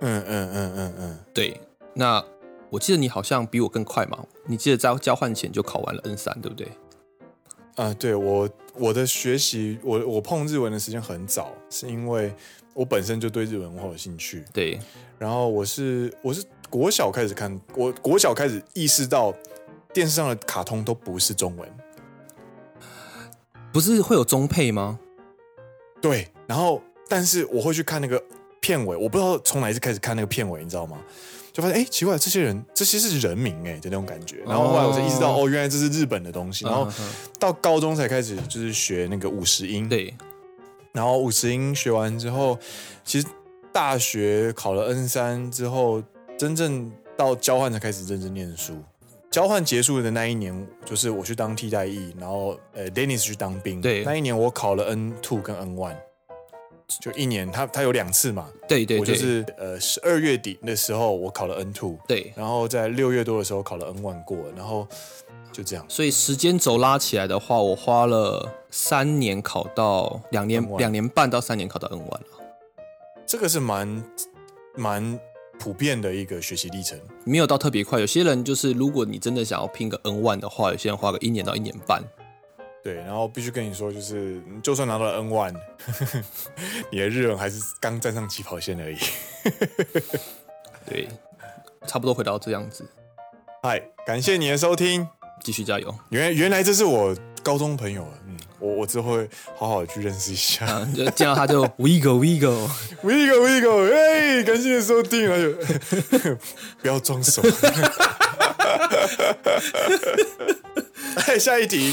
嗯嗯嗯嗯嗯，
对，那我记得你好像比我更快嘛，你记得在交换前就考完了 N 三，对不对？
啊，对我我的学习，我我碰日文的时间很早，是因为我本身就对日本文化有兴趣，
对，
然后我是我是国小开始看，我国小开始意识到电视上的卡通都不是中文，
不是会有中配吗？
对，然后但是我会去看那个片尾，我不知道从哪一次开始看那个片尾，你知道吗？就发现哎、诶奇怪，这些人这些是人名哎、诶就那种感觉。然后后来我才意识到，
哦
哦，原来这是日本的东西。然后
嗯嗯嗯
到高中才开始就是学那个五十音，，
对，
然后五十音学完之后，其实大学考了 N 三之后，真正到交换才开始认真念书。交换结束的那一年，就是我去当替代役，然后呃，Dennis 去当兵。
对
那一年我考了 N two 跟 N one，就一年，他他有两次嘛。
对对
我就
对，
是呃十二月底的时候我考了 N two，
对，
然后在六月多的时候考了 N one 过，然后就这样。
所以时间轴拉起来的话，我花了三年考到两年
N1
两年半到三年考到 N 啊完了，
这个是蛮蛮普遍的一个学习历程。
没有到特别快。有些人就是如果你真的想要拼个 N 万的话，有些人花个一年到一年半。
对，然后必须跟你说，就是就算拿到了 N one，你的日文还是刚站上起跑线而已。
对，差不多回到这样子，
嗨，感谢你的收听。
继续加油。
原原来这是我高中朋友了，嗯，我我之后会好好地去认识一下。
啊，就见到他 就 we go we go，
We go, we go，哎、感谢你的收听，然后就 不要装熟。 哎，下一题，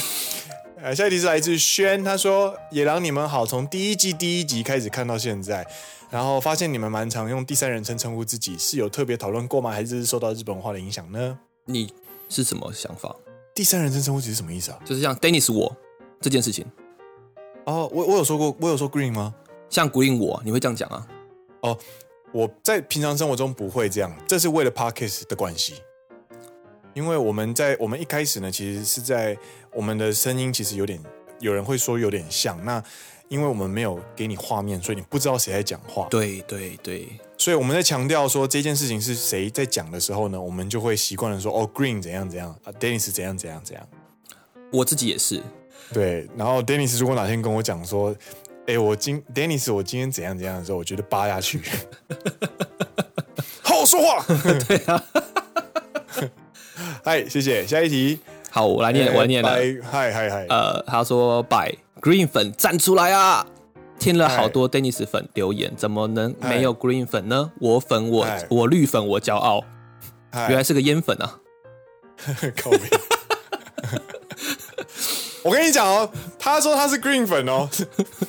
呃，下一题是来自轩，他说：“野狼，你们好，从第一季第一集开始看到现在，然后发现你们蛮常用第三人称称呼自己，是有特别讨论过吗？还是受到日本文化的影响呢？
你是什么想法？
第三人称称呼自己是什么意思啊？
就是像 Dennis 我这件事情，
哦，我我有说过，我有说 green 吗？
像 Green 我，你会这样讲啊？
我在平常生活中不会这样，这是为了 podcast 的关系。因为我们在我们一开始呢，其实是在我们的声音其实有点，有人会说有点像。那因为我们没有给你画面，所以你不知道谁在讲话。
对对对，
所以我们在强调说这件事情是谁在讲的时候呢，我们就会习惯的说哦，Green 怎样怎样啊，Dennis 怎样怎样怎样。
我自己也是，
对，然后 Dennis 如果哪天跟我讲说，哎，我今 Dennis 我今天怎样怎样的时候，我觉得扒下去， 好好说话。对啊， 嗨，谢谢，下一题，呃
好，我来念，我来念啊了。
拜嗨嗨嗨，
呃，他说百 Green 粉站出来啊！听了好多 Dennis 粉留言，怎么能
哎
没有 Green 粉呢？我粉我
哎
我绿粉我骄傲，
嗨
原来是个烟粉啊！
靠背。我跟你讲哦，他说他是 green 粉哦，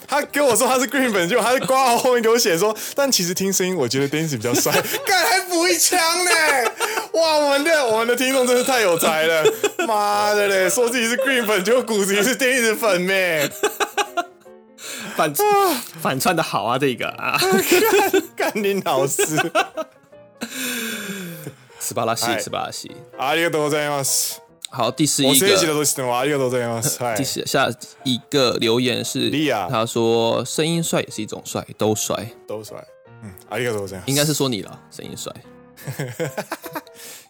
他跟我说他是 green 粉，结果他在挂号后面给我写说，但其实听声音，我觉得 Dennis 比较 帅，干还补一枪呢！哇，我们的我们的听众真是太有才了，妈的嘞，说自己是 green 粉，结果骨子里是 Dennis 粉呢，
反反串的好啊，这个啊，
干你老师，啊
斯巴拉西
哎
斯巴拉西。
ありがとうございます。
好，第十
お
一
世辞だ
个，
としてもありがとうございます。はい
第。十下一个留言是
哎莉亚
他说声音帅也是一种帅，都帅，
都帅。嗯，ありがとうございます。
应该是说你了，声音帅。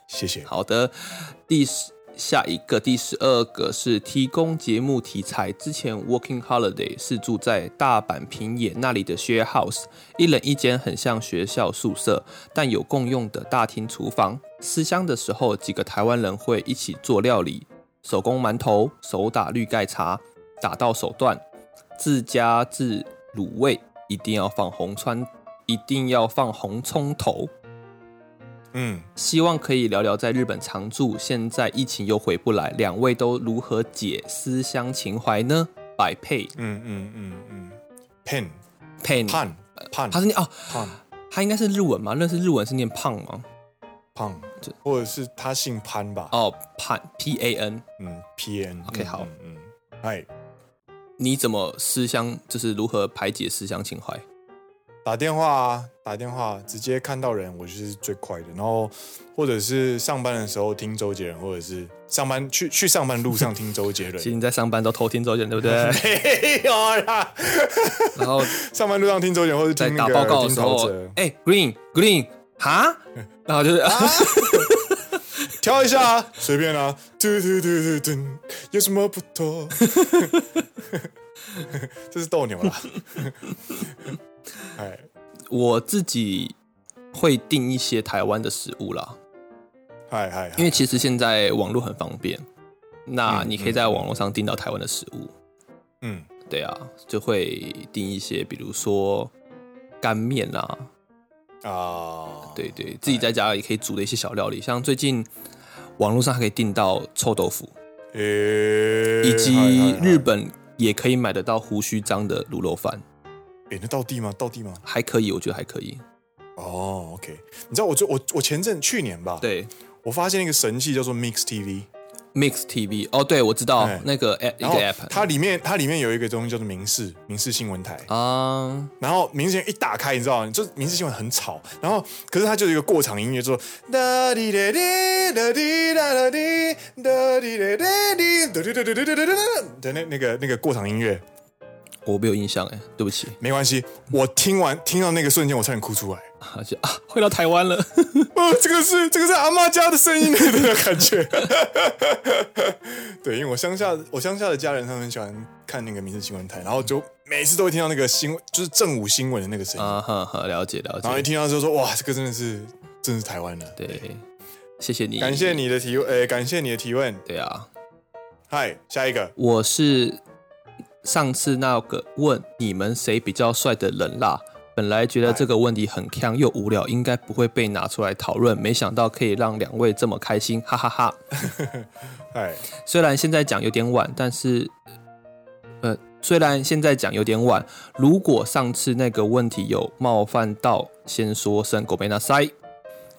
谢谢。
好的，第十下一个第十二个是提供节目题材。之前 Working Holiday 是住在大阪平野那里的 share house，一人一间，很像学校宿舍，但有共用的大厅、厨房。思乡的时候，几个台湾人会一起做料理，手工馒头，手打绿盖茶，打到手断，自家制卤味，一定要放红川，一定要放红葱头。
嗯，
希望可以聊聊在日本常住，现在疫情又回不来，两位都如何解思乡情怀呢？百配
嗯嗯嗯嗯。pen
pen，
胖胖
他是念哦，
胖
他应该是日文吗？那是日文是念胖吗？
胖，或者是他姓潘吧？
哦，pan p a n，
嗯，P N。
OK，好
嗯，嗯，哎，
你怎么思乡？就是如何排解思乡情怀？
打电话啊，打电话直接看到人，我就是最快的。然后或者是上班的时候听周杰伦，或者是上班去去上班路上听周杰伦
其，实你在上班都偷听周杰伦，对不对？
没有哎啦。
然后
上班路上听周杰伦，或者
在
听那
打
个啊
报告的
听
时
陶
候
喆，
哎、g r e e n Green 哈，然后就是、
挑一下啊，随便啊，嘟嘟嘟嘟嘟，有什么不 妥？这是斗牛啦。 哎，
我自己会订一些台湾的食物啦，
嗨嗨，嗨
因为其实现在网络很方便，那你可以在网络上订到台湾的食物。
嗯，
对啊，就会订一些，比如说干面啊，
啊，
对对，自己在家也可以煮的一些小料理，像最近网络上还可以订到臭豆腐，
诶，
以及日
嗨，
本也可以买得到胡须章的卤肉饭，
哎，那到地吗？到地吗？
还可以，我觉得还可以。
哦，OK，你知道我最我我前阵去年吧，，
对
我发现一个神器叫做 Mix TV，
，Mix TV，哦，对，我知道
哎
那个 app 一
然
个
后
app，
它里面它里面有一个东西叫做民视民视新闻台，
啊，
然后民视新闻一打开，你知道，就是民视新闻很吵，然后可是它就有一个过场音乐，就说哒滴哒滴哒滴哒哒滴哒滴哒哒滴哒滴哒哒哒哒哒的那那个那个过场音乐，
我没有印象哎，对不起，
没关系，我听完听到那个瞬间，我差点哭出来。
而且啊，回到台湾 了，
哦，这个是这个是阿妈家的声音那种感觉。对，因为我乡下我乡下的家人他们很喜欢看那个民事新闻台，然后就每次都会听到那个新闻，就是正午新闻的那个声音，
啊哈哈，了解了
然后一
解，
听到就说哇，这个真的是真的是台湾的。
对，谢谢你，
感谢，你的提问，呃，感谢你的提问。
对啊，
嗨，下一个
我是上次那个问你们谁比较帅的人啦，本来觉得这个问题很坑又无聊，应该不会被拿出来讨论，没想到可以让两位这么开心，哈哈哈
嗨，
虽然现在讲有点晚，但是，呃，虽然现在讲有点晚，如果上次那个问题有冒犯到，先说声狗没那塞。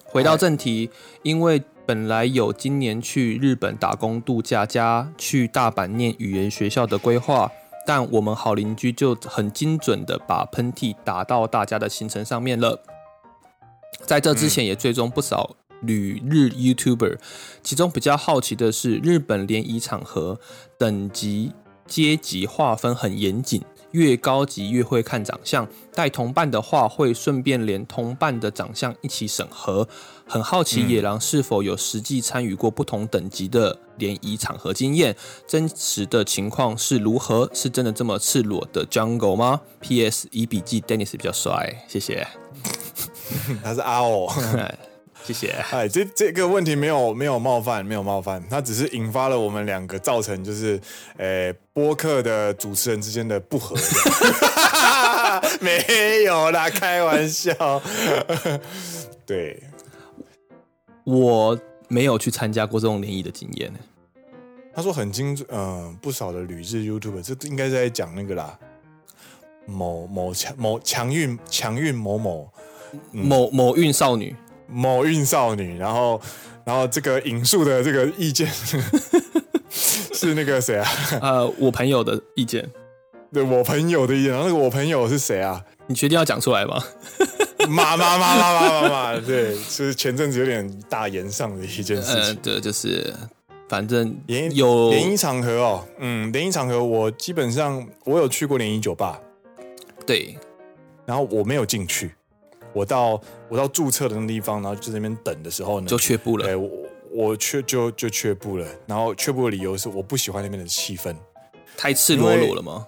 回到正题，因为本来有今年去日本打工度假加去大阪念语言学校的规划，但我们好邻居就很精准的把喷嚏打到大家的行程上面了。在这之前也追踪不少旅日 YouTuber，其中比较好奇的是，日本联谊场合等级阶级划分很严谨，越高级越会看长相。带同伴的话，会顺便连同伴的长相一起审核。很好
嗯
奇野狼是否有实际参与过不同等级的联谊场合经验，真实的情况是如何？是真的这么赤裸的 Jungle 吗？P.S. 以笔记 Dennis 比较帅，谢谢，
他是阿偶。
谢谢。
哎，这这个问题没有没有冒犯，没有冒犯，它只是引发了我们两个造成就是，呃，播客的主持人之间的不和。 没有啦，开玩笑。 对，
我没有去参加过这种联谊的经验。
他说很精准，嗯、不少的旅日 YouTube，这应该是在讲那个啦，某某强某强运强运某某嗯
某某运少女，
某运少女，然后然后这个引述的这个意见 是那个谁啊？
呃，我朋友的意见，
对我朋友的意见，然后那个我朋友是谁啊？
你确定要讲出来吗？
妈妈妈妈妈妈妈，对，是前阵子有点大言上的一件事
呃，
情。
对，就是反正
联谊
有
联谊场合哦，嗯，联谊场合我基本上我有去过联谊酒吧，
对，
然后我没有进去，我到我到注册的那个地方，然后就在那边等的时候呢，
就却步了。
对我我却就就却步了，然后却步的理由是我不喜欢那边的气氛，
太赤裸裸了吗？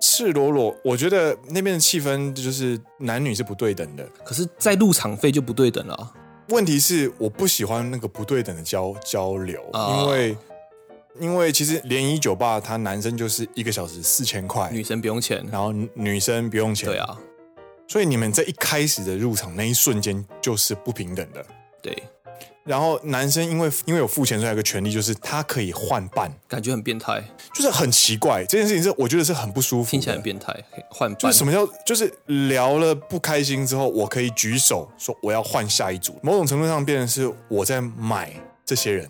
赤裸裸，我觉得那边的气氛就是男女是不对等的。
可是，在入场费就不对等了啊。
问题是我不喜欢那个不对等的交交流，
啊
因为因为其实联谊酒吧，它男生就是一个小时四千块，
女生不用钱，
然后女女生不用钱，
对，啊，
所以你们在一开始的入场那一瞬间就是不平等的。
对，
然后男生因为因为有付钱，所以有个权利就是他可以换伴，
感觉很变态，
就是很奇怪这件事情是我觉得是很不舒服的，
听起来很变态，换
啊就
班
是什么叫就是聊了不开心之后，我可以举手说我要换下一组，某种程度上变成是我在买这些人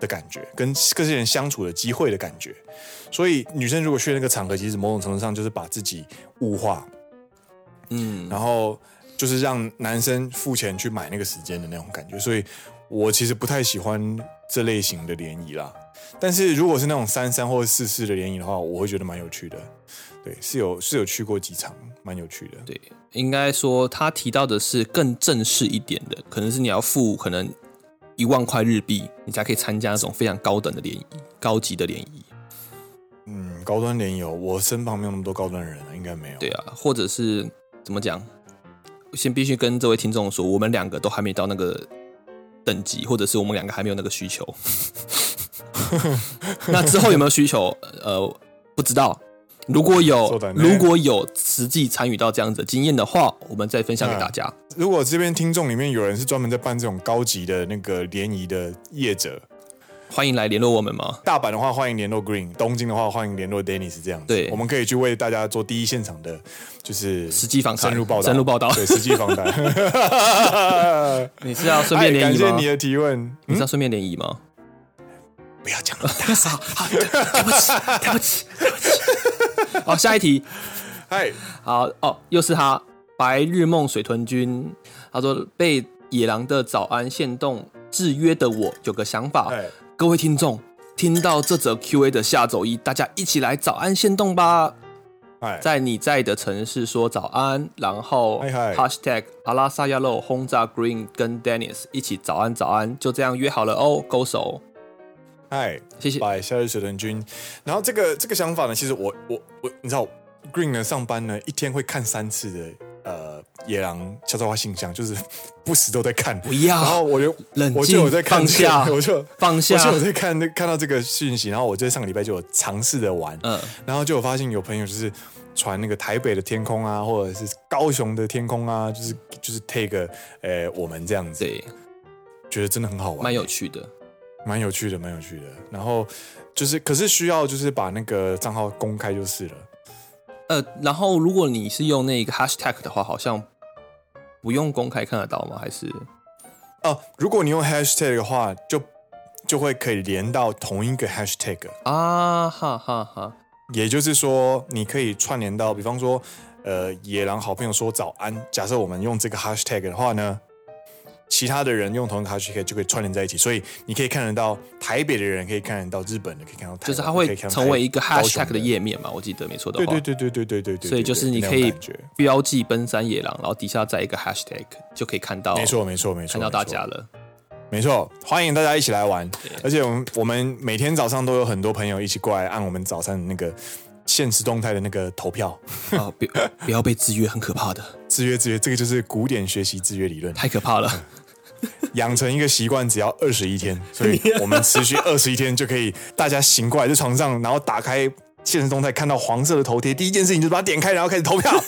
的感觉，跟跟这些人相处的机会的感觉。所以女生如果去那个场合，其实某种程度上就是把自己物化，
嗯，
然后就是让男生付钱去买那个时间的那种感觉，所以我其实不太喜欢这类型的联谊啦。但是如果是那种三三或者四四的联谊的话，我会觉得蛮有趣的。对，是有是有去过几场，蛮有趣的。
对，应该说他提到的是更正式一点的，可能是你要付可能一万块日币，你才可以参加那种非常高等的联谊、高级的联谊。
嗯，高端联谊有，我身旁没有那么多高端人，应该没有。
对啊，或者是怎么讲？先必须跟这位听众说，我们两个都还没到那个等级，或者是我们两个还没有那个 需求。那之后有没有需求？呃，不知道。如果有
そうだ，ね
如果有实际参与到这样子的经验的话，我们再分享给大家。
如果这边听众里面有人是专门在办这种高级的那个联谊的业者，
欢迎来联络我们嘛。
大阪的话欢迎联络 Green，东京的话欢迎联络 Dennis 这样子。
对
我们可以去为大家做第一现场的，就是
实际访谈
深入报道，
深入报道
对，实际访谈。
你是要顺
哎
便联
感
谊
谢
吗？
你的提问。
你是要顺便联谊吗？
不要讲了，
大嫂，好，对对不起，对不起，对不起。好，下一题。
嗨，
好哦，又是他，白日梦水豚君。他说被野狼的早安限动制约的我有个想法，
哎，
各位听众，听到这则 Q&A 的下周一，大家一起来早安限动吧。
嗨，
在你在的城市说早安，然后
嗨嗨
hashtag 阿拉萨亚肉轰炸 Green 跟 Dennis 一起早安早安，就这样约好了哦，勾手，
嗨，
谢谢。
拜夏日水豚君。然后这个这个想法呢，其实我我我，你知道 Green 呢上班呢一天会看三次的。呃，野狼悄悄话信箱就是不时都在看，
不要
然后我就
冷静
我就有在看
放
这个
下
我就
放下
我就有在看那看到这个讯息，然后我在上个礼拜就有尝试的玩，
嗯，
然后就有发现有朋友就是传那个台北的天空啊，或者是高雄的天空啊，就是就是 take 呃我们这样子，
对，
觉得真的很好玩，
蛮有趣的。
蛮有趣的，蛮有趣的。然后就是，可是需要就是把那个账号公开就是了。
呃，然后如果你是用那个 hashtag 的话，好像不用公开看得到吗？还是
哦、如果你用 hashtag 的话，就就会可以连到同一个 hashtag，
啊哈哈哈，
也就是说，你可以串联到，比方说，呃，野狼好朋友说早安。假设我们用这个 hashtag 的话呢，其他的人用同一个 hashtag 就可以串联在一起，所以你可以看得到台北的人，可以看得到日本的，可以看到台湾的，
就是它
可
会
以看到
成为一个
高雄
hashtag 的页面嘛？我记得没错的
对
话，
对对对对对对对，
所以就是你
那
可
种
以
感觉
标记奔山野狼，然后底下再一个 hashtag 就可以看到，
没错没错没错，
哦看到大
没错
家了。
没错，欢迎大家一起来玩。而且我们我们每天早上都有很多朋友一起过来按我们早上的那个现实动态的那个投票，
啊，不不要被制约，很可怕的，
制约制约，这个就是古典学习制约理论，
太可怕了。
养成一个习惯只要二十一天，所以我们持续二十一天就可以，大家醒过来在床上，然后打开现实动态，看到黄色的头贴，第一件事情就是把它点开，然后开始投票。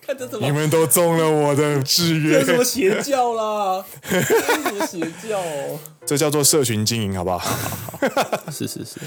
看这怎
你们都中了我的制 约，
邪教 啦？这是什么邪教哦？
这叫做社群经营，好不好？
是是是。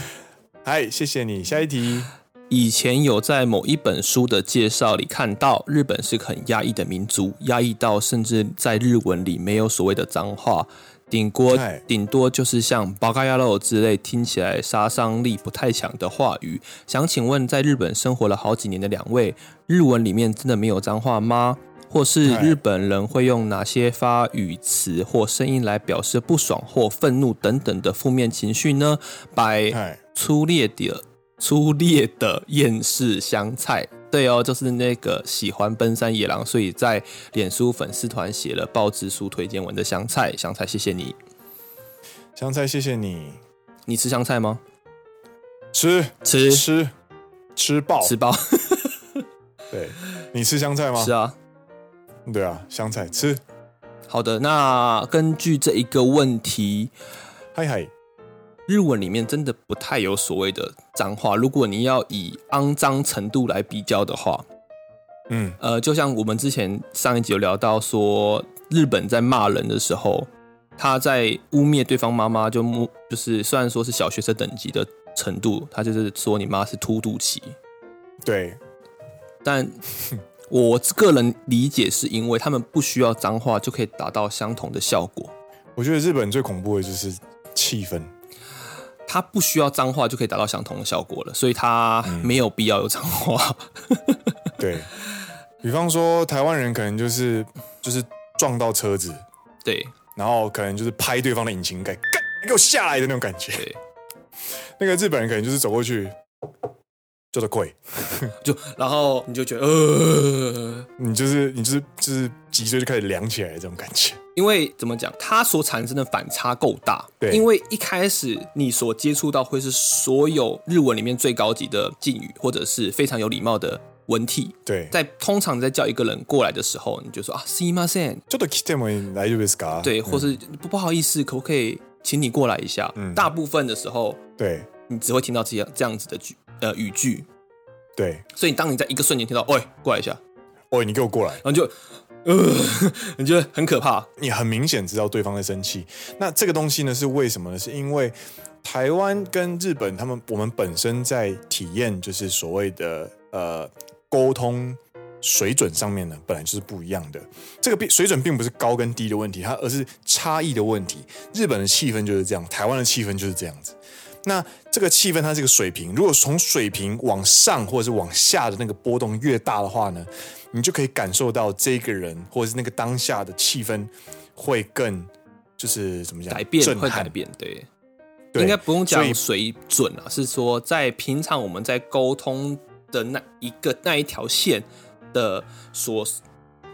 嗨，谢谢你，下一题。
以前有在某一本书的介绍里看到，日本是个很压抑的民族，压抑到甚至在日文里没有所谓的脏话，顶多
哎
顶多就是像“巴嘎亚肉”之类听起来杀伤力不太强的话语。想请问，在日本生活了好几年的两位，日文里面真的没有脏话吗？或是
哎
日本人会用哪些发语词或声音来表示不爽或愤怒等等的负面情绪呢？百
嗨，
粗劣的粗劣的厌世香菜。对哦，就是那个喜欢奔山野狼，所以在脸书粉丝团写了报纸书推荐文的香菜。香菜，谢谢你。
香菜，谢谢你。
你吃香菜吗？
吃
吃
吃哦吃爆，
吃包
对，你吃香菜吗？
是啊。
对啊，香菜吃，
好的，那根据这一个问题，
嗨嗨，
日文里面真的不太有所谓的脏话。如果你要以肮脏程度来比较的话，
嗯，
呃，就像我们之前上一集有聊到说，日本在骂人的时候，他在污蔑对方妈妈，就目就是虽然说是小学生等级的程度，他就是说你妈是凸肚脐，
对，
但 我个人理解是因为他们不需要脏话就可以达到相同的效果，
我觉得日本最恐怖的就是气氛，
他不需要脏话就可以达到相同的效果了，所以他没有必要有脏话。
对，比方说台湾人可能就是就是撞到车子，
对
然后可能就是拍对方的引擎盖，干给我下来的那种感觉。
对，
那个日本人可能就是走过去，叫做跪，
就然后你就觉得呃，
你就是你就是就是脊椎就开始凉起来的这种感觉。
因为怎么讲，它所产生的反差够大。
对
因为一开始你所接触到会是所有日文里面最高级的敬语，或者是非常有礼貌的文体。
对，
在通常在叫一个人过来的时候，你就说啊 s e e m a s e n
叫做 kitemo 来就 i s k a
对，或是不不好意思，可不可以请你过来一下？
嗯
大部分的时候，
对
你只会听到这样这样子的句呃语句，
对，
所以当你在一个瞬间听到“喂，过来一下”，
哦，你给我过来，
然后你就呃， 你觉得很可怕。
你很明显知道对方在生气。那这个东西呢，是为什么呢？是因为台湾跟日本，他们我们本身在体验就是所谓的呃沟通水准上面呢，本来就是不一样的。这个并水准并不是高跟低的问题，它而是差异的问题。日本的气氛就是这样，台湾的气氛就是这样子。那这个气氛它是个水平，如果从水平往上或者是往下的那个波动越大的话呢，你就可以感受到这个人或者是那个当下的气氛会更就是怎么讲
改变
震
会
撼
改变，对，
对
应该不用
所以
讲水准啊，是说在平常我们在沟通的那一个那一条线的所，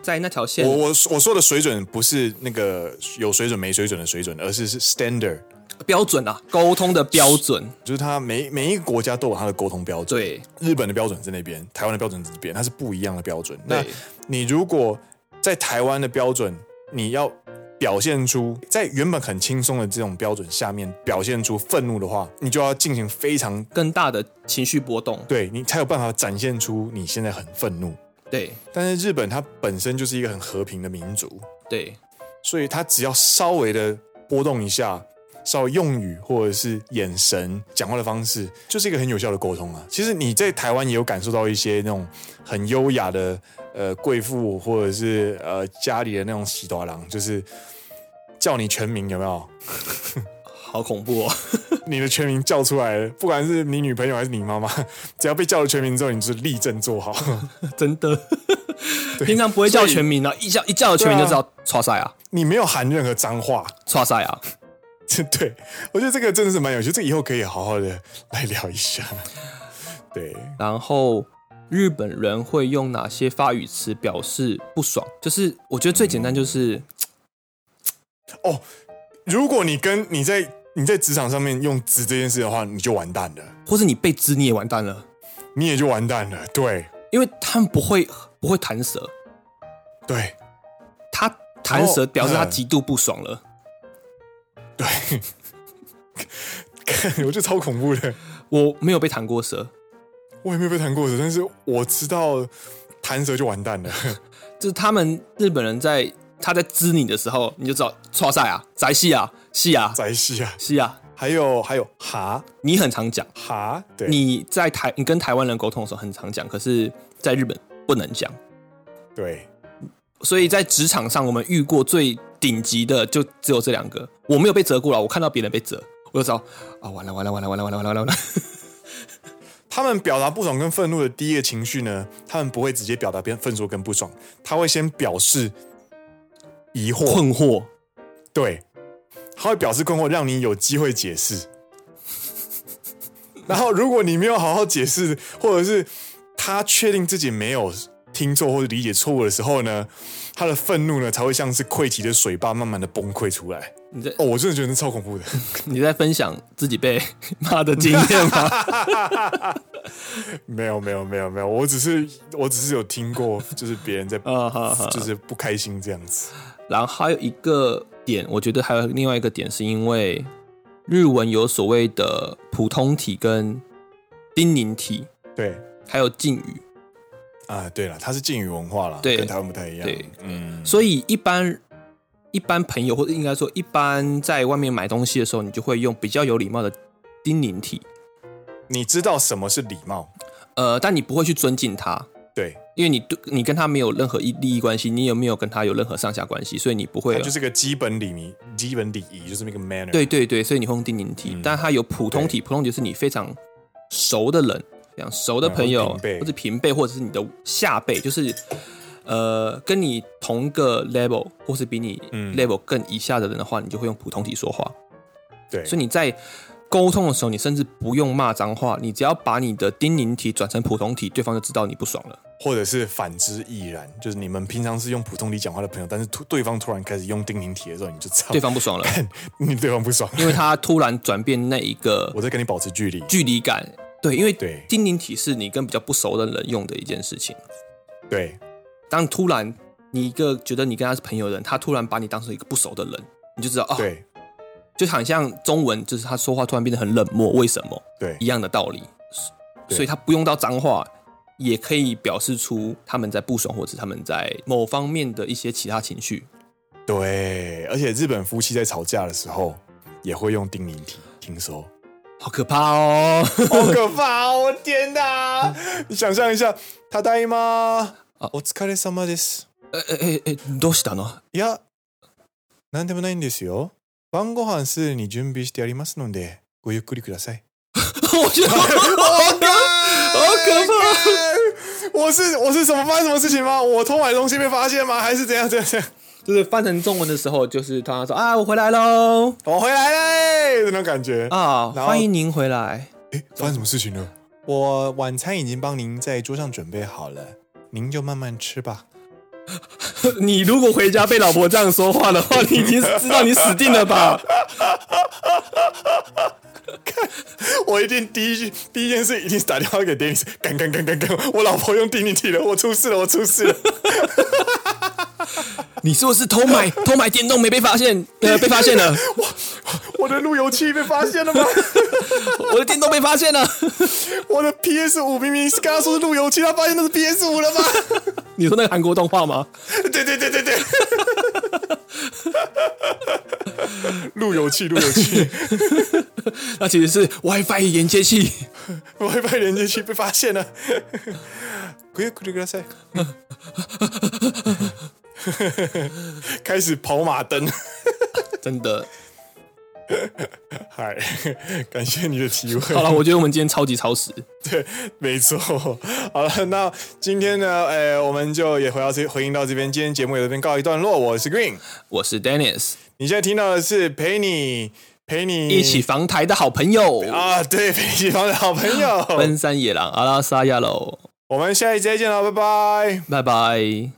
在那条线
我我我说的水准不是那个有水准没水准的水准，而是是 standard，
标准啊，沟通的标准，
就是它每每一个国家都有它的沟通标准。
对
日本的标准在那边，台湾的标准在这边，它是不一样的标准。那
对
你如果在台湾的标准，你要表现出在原本很轻松的这种标准下面表现出愤怒的话，你就要进行非常
更大的情绪波动，
对你才有办法展现出你现在很愤怒。
对
但是日本它本身就是一个很和平的民族，
对
所以他只要稍微的波动一下，稍微用语或者是眼神、讲话的方式，就是一个很有效的沟通啊。其实你在台湾也有感受到一些那种很优雅的呃贵妇，或者是呃家里的那种喜多郎，就是叫你全名有没有？
好恐怖哦，
你的全名叫出来了，不管是你女朋友还是你妈妈，只要被叫了全名之后，你就是立正坐好。
真的，平常不会叫
所以
全名的，一叫一叫全名就知道刷赛啊，
你没有喊任何脏话，
刷赛啊，
对，我觉得这个真的是蛮有趣，这个以后可以好好的来聊一下。 对，
然后日本人会用哪些发语词表示不爽？就是我觉得最简单就是
哦，如果你跟你在你在职场上面用“职”这件事的话，你就完蛋了，
或是你被指你也完蛋了，
你也就完蛋了。对
因为他们不会不会弹舌，
对
他弹舌
哦
表示他
嗯
极度不爽了，
对， 看我觉得超恐怖的。
我没有被弹过舌，
我也没有被弹过舌，但是我知道弹舌就完蛋了。
就是他们日本人在他在指你的时候，你就知道错赛啊，宅系啊，系啊，
宅系啊，
系啊，
还有还有哈
你很常讲，
哈，对，
你在台你跟台湾人沟通的时候很常讲，可是在日本不能讲。
对
所以在职场上，我们遇过最顶级的就只有这两个。我没有被折过了，我看到别人被折，我就知道啊，完了完了完了完了完了完了完了。
他们表达不爽跟愤怒的第一个情绪呢，他们不会直接表达变愤怒跟不爽，他会先表示疑惑，
困惑，
对，他会表示困惑，让你有机会解释。然后，如果你没有好好解释，或者是他确定自己没有听错或者理解错误的时候呢，他的愤怒呢才会像是溃堤的水坝，慢慢的崩溃出来。
你在
哦，我真的觉得那超恐怖的。
你在分享自己被 骂的经验 吗？
没有，没有，没有，没有，我只是我只是有听过，就是别人在
啊哈 哈
就是不开心这样子。
然后还有一个点，我觉得还有另外一个点，是因为日文有所谓的普通体跟叮咛体，
对
还有敬语，
啊，对了，他是敬语文化啦，
对
跟台湾不太一样。
对
嗯，
所以一般一般朋友或者应该说一般在外面买东西的时候，你就会用比较有礼貌的叮咛体。
你知道什么是礼貌？
呃，但你不会去尊敬他，
对，
因为你对你跟他没有任何利利益关系，你也没有跟他有任何上下关系，所以你不会啊
它就是个基本礼仪，基本礼仪就是那个 manner。
对对对，所以你会用定型体，
嗯
但他有普通体，普通体就是你非常熟的人，非常熟的朋
嗯
友
或者平辈，
或者平辈，或者是你的下辈，就是呃跟你同个 level 或是比你
嗯
level 更以下的人的话，你就会用普通体说话。
对，
所以你在沟通的时候，你甚至不用骂脏话，你只要把你的叮咛体转成普通体，对方就知道你不爽了。
或者是反之亦然，就是你们平常是用普通体讲话的朋友，但是突对方突然开始用叮咛体的时候，你就知道
对方不爽了，
你对方不 爽，
因为他突然转变那一 个
我在跟你保持距离。
距离感。对，因为
对
叮咛体是你跟比较不熟的人用的一件事情。
对
当突然你一个觉得你跟他是朋友的人，他突然把你当成一个不熟的人，你就知道哦，
对
就好像中文就是他说话突然变得很冷漠，为什么？
对
一样的道理，
对
所以他不用到脏话，也可以表示出他们在不爽，或者是他们在某方面的一些其他情绪。
对，而且日本夫妻在吵架的时候也会用叮咛体，听说。
好可怕哦！
好可怕哦！我天哪！你想象一下，他大姨妈
あ
お疲れ様です。
哎哎哎哎，どうしたの？
いや、なんでもないんですよ。晩ご飯すでに準備してありますので、ごゆっくりください。
我觉得
好可怕！我是我是什么发生什么事情吗？我偷买东西被发现吗？还是怎样怎样怎样？
就是翻成中文的时候，就是他说啊，我回来喽
我回来嘞，那种感觉。
啊，
然后
欢迎您回来。
哎，发生什么事情了？我晚餐已经帮您在桌上准备好了，您就慢慢吃吧。
你如果回家被老婆这样说话的话，你已经知道你死定了吧？
我一定第一句第一件事一定是打电话给 Dennis，干干干干干，我老婆用定力体了，我出事了，我出事了，
你是不是偷 买偷买电动没被发现？呃，被发现了，
我的路由器被发现了吗？
我的电动被发现了。
我的 PS 五明明是跟他说是路由器，他发现那是 PS 五了吗？
你说那个韩国动画吗？
对对对对对，路由器路由器
那其实是 WiFi 连接器。
，WiFi 连接器被发现了，咕噜咕噜咕噜塞，开始跑马灯。
真的，
嗨，感谢你的提问。
好了，我觉得我们今天超级超时。
对， 没错。好了，那今天呢，呃，我们就也回到这回应到这边，今天节目也这边告一段落。我是 Green，
我是 Dennis，
你现在听到的是陪你陪你
一起防台的好朋友，
啊，对，陪你一起房的好朋 友。
奔山野狼阿拉萨亚喽，
我们下一集再见了，拜拜。
拜拜。